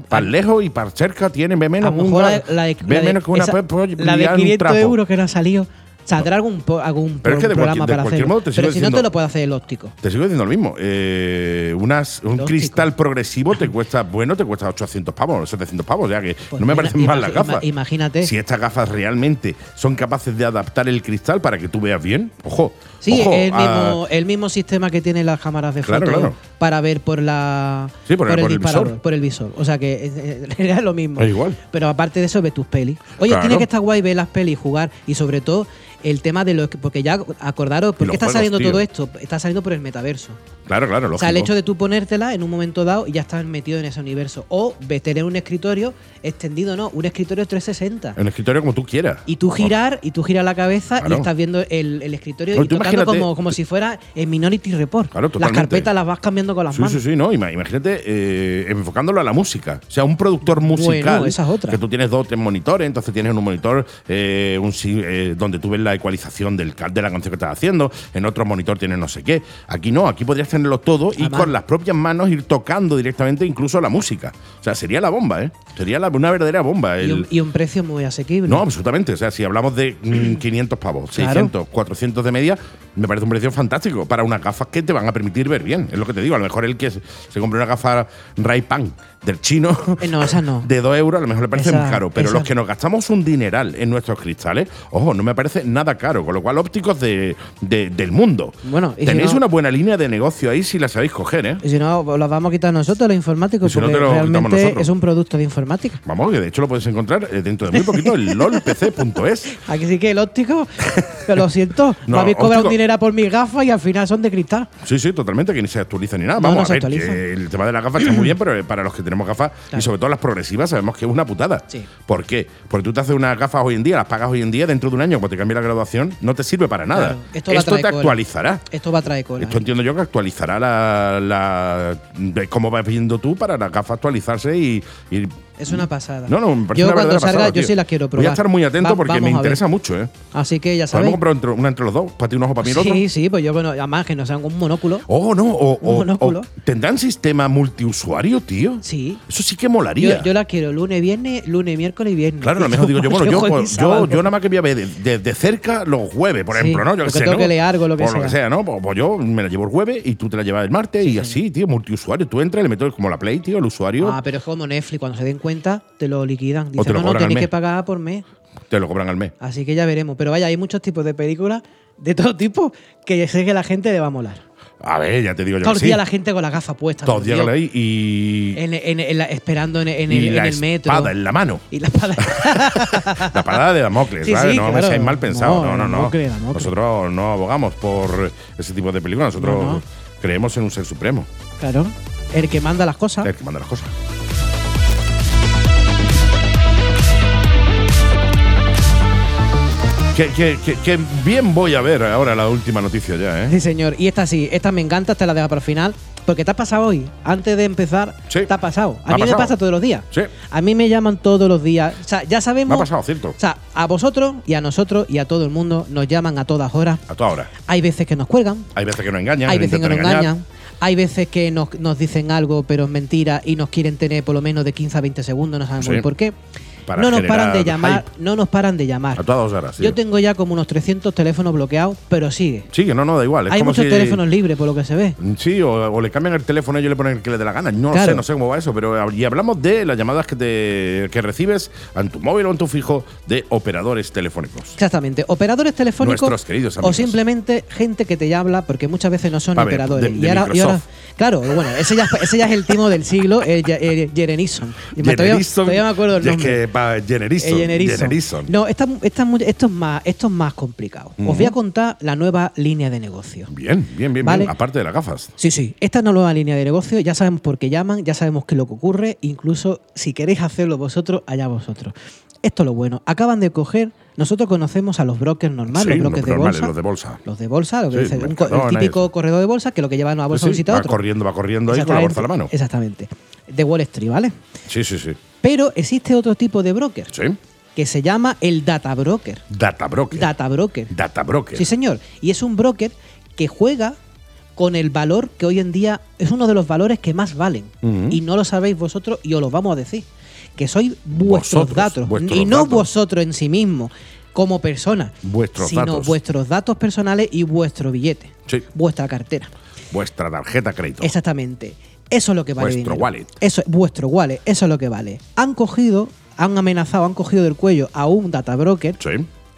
Speaker 2: Para
Speaker 3: Hay-
Speaker 2: lejos y para cerca tienes, ve menos,
Speaker 3: a
Speaker 2: que
Speaker 3: lo
Speaker 2: un
Speaker 3: mejor la,
Speaker 2: gra-
Speaker 3: de- la de,
Speaker 2: ve
Speaker 3: la de-
Speaker 2: menos que una
Speaker 3: esa-
Speaker 2: pe- po-
Speaker 3: la de
Speaker 2: brillar un
Speaker 3: 500
Speaker 2: trapo.
Speaker 3: euros que no ha salido. Saldrá algún, po- algún
Speaker 2: Pero es que de cualquier-
Speaker 3: programa
Speaker 2: de
Speaker 3: para
Speaker 2: cualquier
Speaker 3: hacerlo.
Speaker 2: modo te sigo
Speaker 3: Pero si no
Speaker 2: diciendo-
Speaker 3: te lo puede hacer el óptico.
Speaker 2: Te sigo diciendo lo mismo. eh, unas, un
Speaker 3: Lógico.
Speaker 2: cristal progresivo te cuesta, bueno, te cuesta 800 pavos, 700 pavos, o sea que
Speaker 3: Pues
Speaker 2: no me
Speaker 3: ima-
Speaker 2: parecen mal las
Speaker 3: ima-
Speaker 2: gafas.
Speaker 3: imagínate.
Speaker 2: Si estas gafas realmente son capaces de adaptar el cristal para que tú veas bien, ojo.
Speaker 3: Sí,
Speaker 2: ojo,
Speaker 3: el,
Speaker 2: a-
Speaker 3: mismo, el mismo sistema que tienen las cámaras de foto
Speaker 2: Claro, claro.
Speaker 3: para ver por la
Speaker 2: Sí, por el- por el
Speaker 3: disparador,
Speaker 2: visor.
Speaker 3: por el visor. O sea que eh, en realidad es lo mismo.
Speaker 2: Es igual.
Speaker 3: Pero aparte de eso, ve tus pelis. Oye,
Speaker 2: Claro.
Speaker 3: tiene que estar guay ver las pelis, jugar y sobre todo el tema de los. que- Porque ya acordaros, ¿por
Speaker 2: los
Speaker 3: qué está
Speaker 2: juegos,
Speaker 3: saliendo
Speaker 2: tío.
Speaker 3: todo esto? Está saliendo por el metaverso.
Speaker 2: Claro, claro,
Speaker 3: O sea, el
Speaker 2: lógico.
Speaker 3: hecho de tú ponértela en un momento dado y ya estás metido en ese universo. O ve- tener un escritorio extendido, no, un escritorio 360.
Speaker 2: En el escritorio como tú quieras.
Speaker 3: Y tú girar, y tú giras la cabeza
Speaker 2: Claro.
Speaker 3: y estás viendo el, el escritorio
Speaker 2: No,
Speaker 3: y
Speaker 2: tú
Speaker 3: tocando
Speaker 2: imagínate-
Speaker 3: como, como si fuera en Minority Report.
Speaker 2: Claro,
Speaker 3: las
Speaker 2: totalmente.
Speaker 3: carpetas las vas cambiando con las
Speaker 2: Sí,
Speaker 3: manos.
Speaker 2: sí, sí, no. ima- Imagínate eh, enfocándolo a la música. O sea, un productor musical.
Speaker 3: esa es otra.
Speaker 2: Que tú tienes dos tres monitores, entonces tienes en un monitor eh, un, si- eh, donde tú ves la ecualización del, ca- de la canción que estás haciendo, en otro monitor tienes no sé qué. Aquí no, aquí podrías tenerlo todo y
Speaker 3: Además-
Speaker 2: con las propias manos ir tocando directamente incluso la música. O sea, sería la bomba, ¿eh? Sería la- una verdadera bomba.
Speaker 3: Y,
Speaker 2: el-
Speaker 3: un, y un precio muy asequible.
Speaker 2: no, absolutamente. O sea, si hablamos de mm, 500 pavos,
Speaker 3: Claro.
Speaker 2: 600, 400 de media, me parece un precio fantástico para unas gafas que te van a permitir ver bien. Es lo que te digo. A lo mejor el que se se compre una gafa Ray Pan del chino.
Speaker 3: Eh, no, esas no.
Speaker 2: De 2 euros a lo mejor le parece
Speaker 3: Esa-
Speaker 2: muy caro, pero
Speaker 3: esa-
Speaker 2: los que nos gastamos un dineral en nuestros cristales, ojo, no me parece nada caro, con lo cual ópticos de, de- del mundo.
Speaker 3: Bueno, y si
Speaker 2: tenéis
Speaker 3: no-
Speaker 2: una buena línea de negocio ahí si la sabéis coger, ¿eh?
Speaker 3: Y si no, os las vamos a quitar nosotros, los informáticos,
Speaker 2: Y si no,
Speaker 3: porque
Speaker 2: te lo quitamos
Speaker 3: realmente
Speaker 2: nosotros.
Speaker 3: es un producto de informática.
Speaker 2: Vamos, que de hecho lo puedes encontrar eh, dentro de muy poquito en lolpc.es.
Speaker 3: Aquí sí que el óptico, que lo siento,
Speaker 2: No,
Speaker 3: me habéis cobrado
Speaker 2: óptico-
Speaker 3: un dinero por mis gafas y al final son de cristal.
Speaker 2: Sí, sí, totalmente, que ni se actualiza ni nada.
Speaker 3: No,
Speaker 2: Vamos
Speaker 3: no
Speaker 2: a
Speaker 3: se
Speaker 2: ver,
Speaker 3: actualiza.
Speaker 2: que el tema de las gafas está muy bien, pero eh, para los que tenemos gafas, y
Speaker 3: Claro.
Speaker 2: sobre todo las progresivas, sabemos que es una putada.
Speaker 3: Sí.
Speaker 2: ¿Por qué? Porque tú te haces unas gafas hoy en día, las pagas hoy en día, dentro de un año, cuando te cambie la graduación, no te sirve para nada.
Speaker 3: Claro, esto la trae
Speaker 2: te
Speaker 3: cola. eh.
Speaker 2: actualizará.
Speaker 3: Esto va a traer cola.
Speaker 2: Esto entiendo yo que actualizará la, la- de cómo vas viendo tú para las gafas actualizarse y, y-
Speaker 3: Es una pasada.
Speaker 2: no, no, me parece
Speaker 3: yo
Speaker 2: una
Speaker 3: cuando
Speaker 2: verdadera
Speaker 3: salga,
Speaker 2: pasada,
Speaker 3: yo
Speaker 2: tío.
Speaker 3: sí las quiero probar.
Speaker 2: Voy a estar muy atento
Speaker 3: Va-
Speaker 2: porque me
Speaker 3: vamos a ver.
Speaker 2: interesa mucho, ¿eh?
Speaker 3: Así que ya
Speaker 2: Podemos
Speaker 3: sabéis.
Speaker 2: comprar entre- una entre los dos, para ti un ojo, para mí el otro.
Speaker 3: Sí, sí, pues yo, bueno, además que no sean un monóculo.
Speaker 2: Oh, no, o,
Speaker 3: Un
Speaker 2: o-
Speaker 3: monóculo.
Speaker 2: o- ¿Tendrán sistema multiusuario, tío?
Speaker 3: Sí.
Speaker 2: Eso sí que molaría.
Speaker 3: Yo, yo la quiero lunes, viernes, lunes, miércoles y viernes.
Speaker 2: claro, a lo mejor digo yo, bueno, yo,
Speaker 3: Jueves y
Speaker 2: pues, yo,
Speaker 3: sábado.
Speaker 2: yo nada más que voy a ver de- de, de cerca los jueves, por
Speaker 3: Sí,
Speaker 2: ejemplo, ¿no? Yo qué
Speaker 3: porque
Speaker 2: sé,
Speaker 3: tengo
Speaker 2: ¿no?
Speaker 3: que leer algo, lo que
Speaker 2: Por
Speaker 3: sea.
Speaker 2: ¿no? Pues, pues yo me la llevo el jueves y tú te la llevas el martes y así, tío, multiusuario. Tú entras, le metes como la Play, tío, el usuario,
Speaker 3: Ah, pero es como Netflix, cuando se den cuenta, te lo liquidan.
Speaker 2: te lo
Speaker 3: Dicen, no, no,
Speaker 2: cobran al
Speaker 3: tenéis
Speaker 2: mes.
Speaker 3: que pagar por mes.
Speaker 2: te lo cobran al mes.
Speaker 3: Así que ya veremos. Pero vaya, hay muchos tipos de películas de todo tipo que sé que la gente le va a molar.
Speaker 2: A ver, ya te digo yo
Speaker 3: Todo
Speaker 2: que
Speaker 3: el
Speaker 2: sí.
Speaker 3: día la gente con la gafa puesta.
Speaker 2: Todos
Speaker 3: por
Speaker 2: días
Speaker 3: Dios.
Speaker 2: la ley y,
Speaker 3: En- en- en la- esperando en, en
Speaker 2: y
Speaker 3: el, en
Speaker 2: la
Speaker 3: el metro.
Speaker 2: espada en la mano.
Speaker 3: Y la espada.
Speaker 2: La parada de Damocles,
Speaker 3: Sí,
Speaker 2: ¿vale?
Speaker 3: sí,
Speaker 2: no me
Speaker 3: claro.
Speaker 2: seáis mal pensado. No,
Speaker 3: No,
Speaker 2: no, no.
Speaker 3: Damocles, Damocles.
Speaker 2: Nosotros no abogamos por ese tipo de películas. Nosotros
Speaker 3: No, no.
Speaker 2: creemos en un ser supremo,
Speaker 3: claro. El que manda las cosas.
Speaker 2: el que manda las cosas. Que, que- que- que bien voy a ver ahora la última noticia ya, ¿eh?
Speaker 3: Sí, señor. Y esta sí, esta me encanta, esta la dejo para el final. Porque te ha pasado hoy. Antes de empezar,
Speaker 2: Sí.
Speaker 3: te ha pasado.
Speaker 2: Me ha
Speaker 3: A mí
Speaker 2: pasado.
Speaker 3: me pasa todos los días.
Speaker 2: Sí.
Speaker 3: A mí me llaman todos los días. O sea, ya
Speaker 2: Me
Speaker 3: sabemos.
Speaker 2: ha pasado, cierto.
Speaker 3: O sea, a vosotros y a nosotros y a todo el mundo nos llaman a todas horas.
Speaker 2: A toda hora.
Speaker 3: Hay veces que nos cuelgan,
Speaker 2: Hay veces que nos engañan.
Speaker 3: hay veces que nos
Speaker 2: intentan engañar.
Speaker 3: engañan, hay veces que nos, nos dicen algo pero es mentira y nos quieren tener por lo menos de 15 a 20 segundos, no sabemos
Speaker 2: Sí.
Speaker 3: por qué.
Speaker 2: Para
Speaker 3: no nos
Speaker 2: generar
Speaker 3: paran de llamar,
Speaker 2: hype.
Speaker 3: no nos paran de llamar.
Speaker 2: A todas horas. sí.
Speaker 3: Yo tengo ya como unos 300 teléfonos bloqueados, pero sigue.
Speaker 2: Sí, que no, no, da igual. Es
Speaker 3: Hay
Speaker 2: como
Speaker 3: muchos
Speaker 2: si-
Speaker 3: teléfonos libres por lo que se ve.
Speaker 2: Sí, o, o le cambian el teléfono y ellos le ponen el que le dé la gana. No lo
Speaker 3: Claro.
Speaker 2: sé, no sé cómo va eso, pero hab- y hablamos de las llamadas que, te, que recibes en tu móvil o en tu fijo de operadores telefónicos.
Speaker 3: Exactamente, operadores telefónicos
Speaker 2: Nuestros queridos
Speaker 3: o
Speaker 2: amigos.
Speaker 3: simplemente gente que te habla porque muchas veces no son
Speaker 2: A ver,
Speaker 3: operadores.
Speaker 2: de- de Microsoft.
Speaker 3: claro, bueno, ese ya, ese ya es el timo del siglo, el, ya- el Jeren Eason. Y me- todavía,
Speaker 2: Generison.
Speaker 3: todavía me acuerdo el
Speaker 2: Y
Speaker 3: nombre.
Speaker 2: Es que para Generison.
Speaker 3: El Jeren Eason.
Speaker 2: Generison.
Speaker 3: No, esta- esta es muy- esto, es más, esto es más complicado. Os voy a contar la nueva línea de negocio.
Speaker 2: Bien, bien, bien,
Speaker 3: Vale.
Speaker 2: bien. Aparte de las gafas.
Speaker 3: Sí, sí, esta es una nueva línea de negocio, ya sabemos por qué llaman, ya sabemos qué es lo que ocurre, incluso si queréis hacerlo vosotros, allá vosotros. Esto es lo bueno, acaban de coger, nosotros conocemos a los brokers normales,
Speaker 2: Sí,
Speaker 3: los brokers de
Speaker 2: normales,
Speaker 3: bolsa.
Speaker 2: los de bolsa.
Speaker 3: Los de bolsa, lo que
Speaker 2: Sí,
Speaker 3: dice, un co- el
Speaker 2: Mercadona,
Speaker 3: típico corredor de bolsa, que lo que lleva en una bolsa de un
Speaker 2: Sí,
Speaker 3: sitio a
Speaker 2: va
Speaker 3: otro.
Speaker 2: corriendo, va corriendo ahí con la bolsa en la mano.
Speaker 3: Exactamente. De Wall Street, ¿vale?
Speaker 2: Sí, sí, sí.
Speaker 3: Pero existe otro tipo de broker
Speaker 2: Sí.
Speaker 3: que se llama el data broker.
Speaker 2: Data broker.
Speaker 3: Data broker.
Speaker 2: Data broker.
Speaker 3: Sí, señor. Y es un broker que juega con el valor que hoy en día es uno de los valores que más valen.
Speaker 2: Ujú.
Speaker 3: Y no lo sabéis vosotros y os lo vamos a decir. Que sois vuestros
Speaker 2: Vosotros,
Speaker 3: datos.
Speaker 2: vuestros
Speaker 3: y no
Speaker 2: datos.
Speaker 3: vosotros en sí mismo, como persona.
Speaker 2: Vuestros
Speaker 3: sino
Speaker 2: datos.
Speaker 3: vuestros datos personales y vuestro billete.
Speaker 2: Sí.
Speaker 3: Vuestra cartera.
Speaker 2: Vuestra tarjeta crédito.
Speaker 3: Exactamente. Eso es lo que vale
Speaker 2: Vuestro
Speaker 3: dinero.
Speaker 2: wallet.
Speaker 3: Eso, vuestro wallet. Eso es lo que vale. Han cogido, han amenazado, han cogido del cuello a un data broker
Speaker 2: Sí.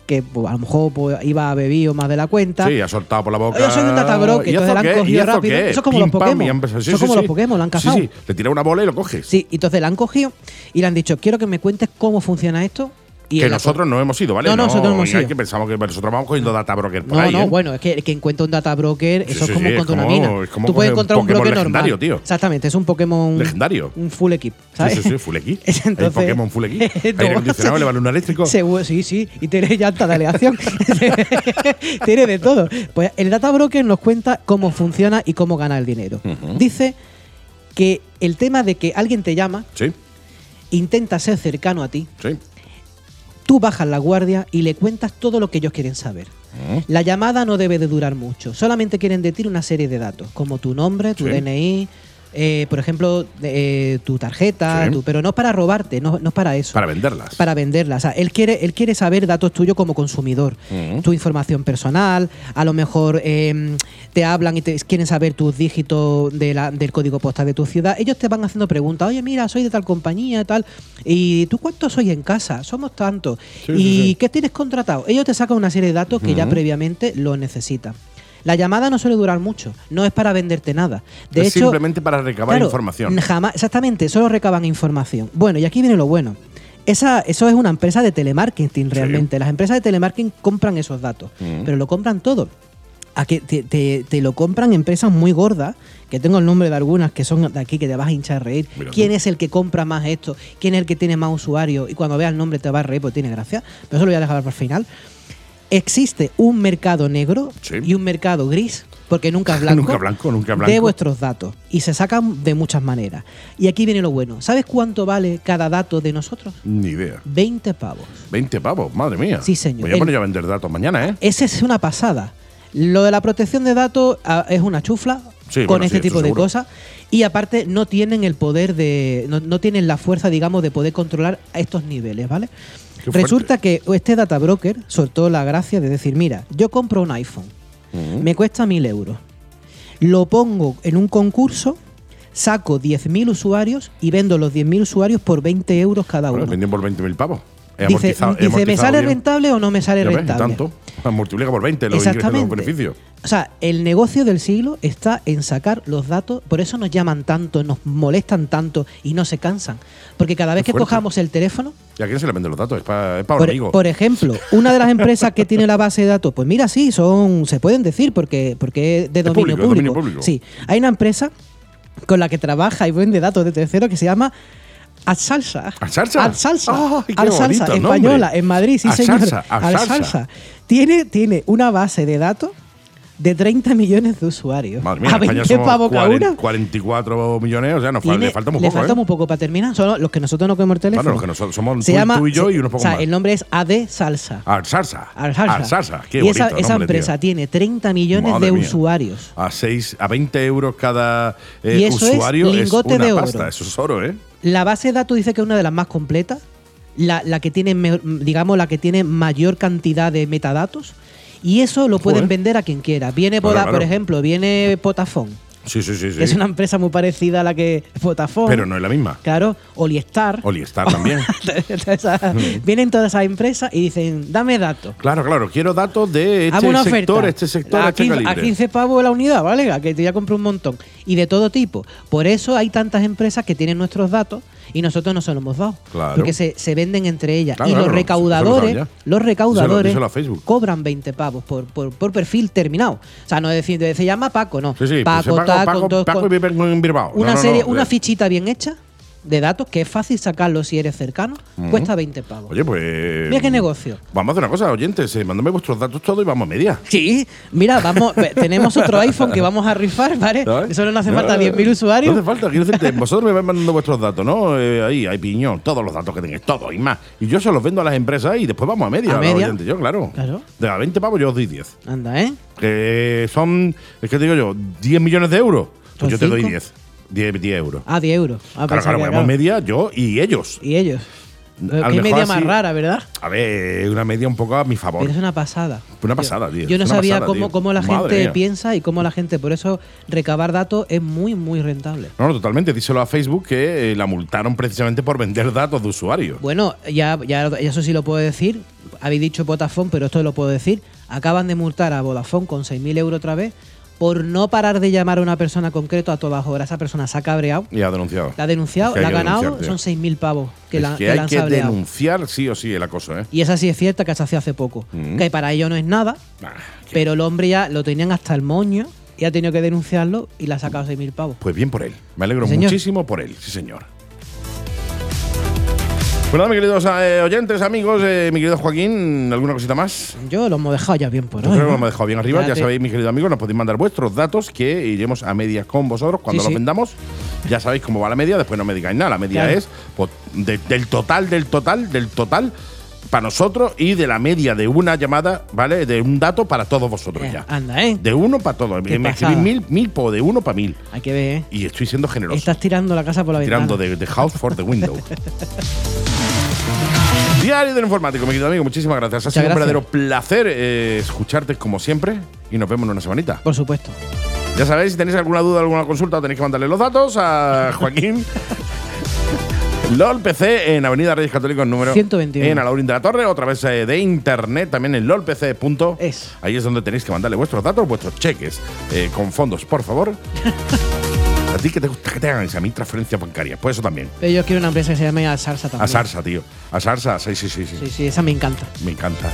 Speaker 3: que pues, a lo mejor pues, iba a beber o más de la cuenta.
Speaker 2: Sí, ha soltado por la boca.
Speaker 3: Yo soy un data broker,
Speaker 2: ¿Y
Speaker 3: entonces
Speaker 2: eso
Speaker 3: la han
Speaker 2: qué?
Speaker 3: cogido
Speaker 2: ¿Y eso
Speaker 3: rápido.
Speaker 2: qué?
Speaker 3: Eso es como los
Speaker 2: Pim, pam,
Speaker 3: Pokémon.
Speaker 2: y han empezado-
Speaker 3: Eso es como los Pokémon, lo han cazado.
Speaker 2: Sí, sí. Le tira una bola y lo coges.
Speaker 3: Sí, entonces la han cogido y le han dicho, quiero que me cuentes cómo funciona esto. Y
Speaker 2: que
Speaker 3: él la-
Speaker 2: nosotros no hemos ido, ¿vale?
Speaker 3: No, no, nosotros no hemos
Speaker 2: y hay
Speaker 3: ido.
Speaker 2: que pensamos que nosotros vamos cogiendo data broker por
Speaker 3: No,
Speaker 2: ahí.
Speaker 3: no,
Speaker 2: ¿eh?
Speaker 3: bueno, es que el que encuentra un data broker,
Speaker 2: Sí,
Speaker 3: eso
Speaker 2: sí,
Speaker 3: es como
Speaker 2: sí, es
Speaker 3: contra
Speaker 2: como-
Speaker 3: una mina.
Speaker 2: es como
Speaker 3: Tú
Speaker 2: coger
Speaker 3: puedes
Speaker 2: un
Speaker 3: encontrar un,
Speaker 2: Pokémon
Speaker 3: broker
Speaker 2: legendario,
Speaker 3: normal.
Speaker 2: tío.
Speaker 3: Exactamente, es un Pokémon
Speaker 2: Legendario.
Speaker 3: Un full equip,
Speaker 2: Sí,
Speaker 3: mm, ¿sabes?
Speaker 2: sí, sí, full X. el
Speaker 3: Entonces-
Speaker 2: Pokémon full X.
Speaker 3: No,
Speaker 2: Aire acondicionado, le vale un eléctrico.
Speaker 3: Seguro, sí, sí. Y tiene llanta de aleación. tiene de todo. Pues el data broker nos cuenta cómo funciona y cómo gana el dinero. Dice que el tema de que alguien te llama,
Speaker 2: Sí,
Speaker 3: intenta ser cercano a ti,
Speaker 2: sí.
Speaker 3: tú bajas la guardia y le cuentas todo lo que ellos quieren saber.
Speaker 2: Mm,
Speaker 3: La llamada no debe de durar mucho, solamente quieren de ti una serie de datos, como tu nombre, tu
Speaker 2: Sí.
Speaker 3: DNI, eh, por ejemplo, eh, tu tarjeta,
Speaker 2: Sí.
Speaker 3: tu- pero no es para robarte, no, no es para eso
Speaker 2: Para venderlas.
Speaker 3: para venderla. O sea, él quiere, él quiere saber datos tuyos como consumidor,
Speaker 2: Ujú.
Speaker 3: tu información personal, a lo mejor eh, te hablan y te quieren saber tus dígitos de la- del código postal de tu ciudad. Ellos te van haciendo preguntas, oye, mira, soy de tal compañía, tal, y tú cuántos soy en casa, somos tantos,
Speaker 2: Sí,
Speaker 3: y
Speaker 2: sí, sí.
Speaker 3: qué tienes contratado. Ellos te sacan una serie de datos que ya previamente lo necesitan. La llamada no suele durar mucho, no es para venderte nada. De
Speaker 2: es
Speaker 3: hecho,
Speaker 2: simplemente para recabar
Speaker 3: Claro,
Speaker 2: información.
Speaker 3: Jamás, exactamente, solo recaban información. Bueno, y aquí viene lo bueno. Esa, eso es una empresa de telemarketing realmente. Las empresas de telemarketing compran esos datos,
Speaker 2: Mm.
Speaker 3: pero lo compran todo. A que te, te- te lo compran empresas muy gordas, que tengo el nombre de algunas que son de aquí que te vas a hinchar a reír.
Speaker 2: Mira tú.
Speaker 3: ¿Quién es el que compra más esto? ¿Quién es el que tiene más usuarios? Y cuando veas el nombre te vas a reír porque tiene gracia. Pero eso lo voy a dejar para el final. Existe un mercado negro
Speaker 2: Sí.
Speaker 3: y un mercado gris, porque nunca es blanco.
Speaker 2: Nunca blanco, nunca blanco.
Speaker 3: De vuestros datos. Y se sacan de muchas maneras. Y aquí viene lo bueno. ¿Sabes cuánto vale cada dato de nosotros?
Speaker 2: Ni idea.
Speaker 3: 20 pavos.
Speaker 2: 20 pavos, madre mía. Pues
Speaker 3: Sí, señor.
Speaker 2: Voy a poner
Speaker 3: El-
Speaker 2: yo a vender datos mañana, ¿eh?
Speaker 3: Esa es una pasada. Lo de la protección de datos ah, es una chufla
Speaker 2: Sí,
Speaker 3: con
Speaker 2: bueno,
Speaker 3: este
Speaker 2: sí,
Speaker 3: tipo
Speaker 2: eso
Speaker 3: de
Speaker 2: seguro.
Speaker 3: cosas. Y aparte no tienen el poder de. No, no tienen la fuerza, digamos, de poder controlar a estos niveles, ¿vale?
Speaker 2: Qué
Speaker 3: Resulta que este data broker soltó la gracia de decir, mira, yo compro un iPhone.
Speaker 2: Mm.
Speaker 3: Me cuesta 1000 euros. Lo pongo en un concurso, saco 10.000 usuarios y vendo los 10.000 usuarios por 20 euros cada
Speaker 2: Bueno,
Speaker 3: uno.
Speaker 2: venden por 20.000 pavos. He
Speaker 3: dice,
Speaker 2: amortizado- he
Speaker 3: dice, ¿me
Speaker 2: amortizado
Speaker 3: sale
Speaker 2: bien.
Speaker 3: rentable o no me sale
Speaker 2: Ya ves,
Speaker 3: rentable?
Speaker 2: tanto. pues, Multiplica por 20 los, ingresos, los
Speaker 3: Exactamente.
Speaker 2: beneficios.
Speaker 3: O sea, el negocio del siglo está en sacar los datos, por eso nos llaman tanto, nos molestan tanto y no se cansan. Porque cada vez
Speaker 2: Qué
Speaker 3: que
Speaker 2: fuerte.
Speaker 3: cojamos el teléfono,
Speaker 2: ¿Y a quién se le venden los datos? Es para, es para un amigo.
Speaker 3: por, por ejemplo, una de las empresas que tiene la base de datos, pues mira, sí, son, se pueden decir porque, porque es de
Speaker 2: Es
Speaker 3: dominio
Speaker 2: público, es
Speaker 3: público,
Speaker 2: dominio público.
Speaker 3: Sí, hay una empresa con la que trabaja y vende datos de terceros que se llama Adsalsa.
Speaker 2: ¿Adsalsa?
Speaker 3: Adsalsa.
Speaker 2: ¡Ay, qué bonito
Speaker 3: Adsalsa,
Speaker 2: nombre!
Speaker 3: española, en Madrid, sí, señor.
Speaker 2: Adsalsa, Adsalsa.
Speaker 3: Adsalsa. Tiene, tiene una base de datos de 30 millones de usuarios.
Speaker 2: Madre mía,
Speaker 3: a
Speaker 2: en España
Speaker 3: 20
Speaker 2: somos
Speaker 3: pavos cada
Speaker 2: 40
Speaker 3: una.
Speaker 2: 44 millones, o sea, nos fal-
Speaker 3: Tiene-
Speaker 2: le falta muy
Speaker 3: le
Speaker 2: poco,
Speaker 3: falta
Speaker 2: ¿eh?
Speaker 3: muy poco para terminar. Solo los que nosotros no comemos el teléfono.
Speaker 2: Claro, los que nosotros somos tú, tú y yo
Speaker 3: se-
Speaker 2: y unos pocos
Speaker 3: O sea,
Speaker 2: más.
Speaker 3: el nombre es AD Salsa.
Speaker 2: Arsarsa.
Speaker 3: Alsalsa.
Speaker 2: Arsarsa, qué
Speaker 3: y
Speaker 2: bonito
Speaker 3: esa, esa
Speaker 2: nombre,
Speaker 3: empresa
Speaker 2: tío.
Speaker 3: tiene 30 millones
Speaker 2: Madre
Speaker 3: de
Speaker 2: mía.
Speaker 3: usuarios.
Speaker 2: A, seis, a 20 euros cada eh,
Speaker 3: Y eso es
Speaker 2: usuario es,
Speaker 3: lingote
Speaker 2: una
Speaker 3: de oro.
Speaker 2: pasta. Eso es oro, ¿eh?
Speaker 3: La base de datos dice que es una de las más completas, la, la que tiene, me- digamos, la que tiene mayor cantidad de metadatos. Y eso lo pueden
Speaker 2: Joder.
Speaker 3: vender a quien quiera. Viene,
Speaker 2: Claro,
Speaker 3: Poda-
Speaker 2: claro.
Speaker 3: por ejemplo, viene Potafone,
Speaker 2: Sí, sí, sí. sí.
Speaker 3: que es una empresa muy parecida a la que Potafone.
Speaker 2: Pero no es la misma.
Speaker 3: Claro, Oliestar.
Speaker 2: Oliestar también.
Speaker 3: Esa- vienen todas esas empresas y dicen, dame datos.
Speaker 2: Claro, claro. Quiero datos de este
Speaker 3: Hazme una oferta.
Speaker 2: sector, este sector,
Speaker 3: a
Speaker 2: este
Speaker 3: 15,
Speaker 2: calibre.
Speaker 3: a 15 pavos la unidad, ¿vale? A Que te voy a comprar un montón. Y de todo tipo. Por eso hay tantas empresas que tienen nuestros datos y nosotros no se los hemos dado.
Speaker 2: Claro.
Speaker 3: Porque se, se venden entre ellas.
Speaker 2: Claro,
Speaker 3: y
Speaker 2: claro,
Speaker 3: los
Speaker 2: no,
Speaker 3: recaudadores,
Speaker 2: eso lo saben ya.
Speaker 3: los recaudadores
Speaker 2: Díselo- díselo a Facebook.
Speaker 3: cobran 20 pavos por, por, por perfil terminado. O sea, no es decir, se llama Paco, no.
Speaker 2: Sí, sí.
Speaker 3: Paco,
Speaker 2: pues,
Speaker 3: tal,
Speaker 2: Paco,
Speaker 3: con dos-
Speaker 2: Paco
Speaker 3: con-
Speaker 2: y Biber- en Bilbao. No,
Speaker 3: una
Speaker 2: no, no,
Speaker 3: serie,
Speaker 2: de-
Speaker 3: una fichita bien hecha de datos que es fácil sacarlo si eres cercano, cuesta 20 pavos.
Speaker 2: Oye, pues.
Speaker 3: Mira qué negocio.
Speaker 2: Vamos a hacer una cosa, oyentes. eh, mándame vuestros datos todos y vamos a media.
Speaker 3: Sí, mira, vamos, ve- tenemos otro iPhone que vamos a rifar, ¿vale?
Speaker 2: ¿Sabes?
Speaker 3: Solo Eh, no hace falta 10.000 usuarios.
Speaker 2: No hace falta, quiero decirte, vosotros me vais mandando vuestros datos, ¿no? Eh, ahí, hay piñón, todos los datos que tengáis, todos y más. Y yo se los vendo a las empresas y después vamos a media.
Speaker 3: ¿A
Speaker 2: los
Speaker 3: media?
Speaker 2: oyentes, yo, claro.
Speaker 3: Claro.
Speaker 2: De a 20 pavos yo os doy 10.
Speaker 3: Anda, ¿eh?
Speaker 2: Que son, es que te digo yo, 10 millones de euros. Pues
Speaker 3: Son
Speaker 2: yo te doy
Speaker 3: cinco.
Speaker 2: 10. 10, 10 euros.
Speaker 3: Ah, 10 euros.
Speaker 2: claro,
Speaker 3: Ah, pensaba
Speaker 2: claro,
Speaker 3: que
Speaker 2: ponemos media yo y ellos.
Speaker 3: Y ellos.
Speaker 2: lo
Speaker 3: Qué
Speaker 2: mejor
Speaker 3: media
Speaker 2: así-
Speaker 3: más rara, ¿verdad?
Speaker 2: A ver, una media un poco a mi favor.
Speaker 3: Pero es una pasada.
Speaker 2: Una
Speaker 3: Yo-
Speaker 2: pasada, tío,
Speaker 3: Yo no
Speaker 2: es una
Speaker 3: sabía
Speaker 2: pasada,
Speaker 3: cómo,
Speaker 2: tío.
Speaker 3: cómo la
Speaker 2: Madre
Speaker 3: gente
Speaker 2: mía.
Speaker 3: piensa y cómo la gente. Por eso recabar datos es muy, muy rentable.
Speaker 2: No, no, totalmente. Díselo a Facebook que eh, la multaron precisamente por vender datos de usuarios.
Speaker 3: Bueno, ya, ya, eso sí lo puedo decir. Habéis dicho Vodafone, pero esto lo puedo decir. Acaban de multar a Vodafone con 6.000 euros otra vez por no parar de llamar a una persona concreta a todas horas. Esa persona se ha cabreado,
Speaker 2: Y ha denunciado.
Speaker 3: la ha denunciado,
Speaker 2: Es que hay
Speaker 3: la ha
Speaker 2: que
Speaker 3: ganado.
Speaker 2: denunciar, tío.
Speaker 3: Son 6.000 pavos que
Speaker 2: Es
Speaker 3: la,
Speaker 2: que
Speaker 3: que la
Speaker 2: hay
Speaker 3: han
Speaker 2: que
Speaker 3: sableado.
Speaker 2: denunciar sí o sí el acoso, ¿eh?
Speaker 3: Y esa sí es cierta que se hacía hace poco.
Speaker 2: Mm.
Speaker 3: Que para ellos no es nada,
Speaker 2: Ah, que-
Speaker 3: pero el hombre ya lo tenían hasta el moño y ha tenido que denunciarlo y le ha sacado 6.000 pavos.
Speaker 2: Pues bien por él. Me alegro
Speaker 3: Sí, señor.
Speaker 2: muchísimo por él, sí, señor. Bueno, mis queridos eh, oyentes, amigos, eh, mi querido Joaquín, ¿alguna cosita más?
Speaker 3: Yo lo hemos dejado ya bien por
Speaker 2: Yo creo
Speaker 3: hoy.
Speaker 2: que
Speaker 3: ¿no?
Speaker 2: lo hemos dejado bien arriba. Ya
Speaker 3: Fíjate.
Speaker 2: sabéis, mis queridos amigos, nos podéis mandar vuestros datos que iremos a medias con vosotros cuando
Speaker 3: Sí,
Speaker 2: los
Speaker 3: sí.
Speaker 2: vendamos. Ya sabéis cómo va la media, después no me digáis nada. La media
Speaker 3: Claro.
Speaker 2: es pues, de- del total, del total, del total para nosotros y de la media de una llamada, ¿vale? De un dato para todos vosotros
Speaker 3: Eh,
Speaker 2: ya.
Speaker 3: Anda, ¿eh?
Speaker 2: De uno para todos.
Speaker 3: Qué
Speaker 2: Me
Speaker 3: pasada.
Speaker 2: escribís mil, mil po, de uno para mil.
Speaker 3: Hay que ver, ¿eh?
Speaker 2: Y estoy siendo generoso.
Speaker 3: Estás tirando la casa por la ventana.
Speaker 2: tirando de, de house for the window. Diario del informático, mi querido amigo, muchísimas gracias. Ha
Speaker 3: Muchas
Speaker 2: sido un
Speaker 3: gracias.
Speaker 2: verdadero placer eh, escucharte como siempre y nos vemos en una semanita.
Speaker 3: Por supuesto.
Speaker 2: Ya sabéis, si tenéis alguna duda, alguna consulta, tenéis que mandarle los datos a Joaquín. LOLPC en Avenida Reyes Católicos número
Speaker 3: 121.
Speaker 2: En Alaurín de la Torre, otra vez eh, de internet, también en lolpc.es.
Speaker 3: Es.
Speaker 2: Ahí es donde tenéis que mandarle vuestros datos, vuestros cheques eh, con fondos, por favor. a ti que te gusta que te hagan a mí transferencias bancarias, pues eso también.
Speaker 3: Pero yo quiero una empresa que se llame Salsa también.
Speaker 2: A Sarsa, tío. A Sarsa, sí, sí, sí, sí.
Speaker 3: Sí, sí, esa me encanta.
Speaker 2: Me encanta.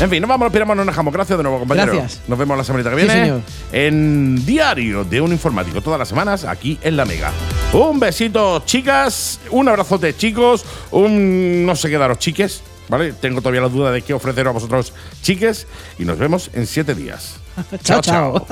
Speaker 2: En fin, nos vamos, nos piramos, nos dejamos. Gracias de nuevo, compañero.
Speaker 3: Gracias.
Speaker 2: Nos vemos la semanita que
Speaker 3: Sí,
Speaker 2: viene.
Speaker 3: señor.
Speaker 2: En Diario de un Informático, todas las semanas, aquí en La Mega. Un besito, chicas. Un abrazote, chicos. Un no sé qué daros, chiques. ¿Vale? Tengo todavía la duda de qué ofreceros a vosotros, chiques. Y nos vemos en siete días.
Speaker 3: Chao, chao.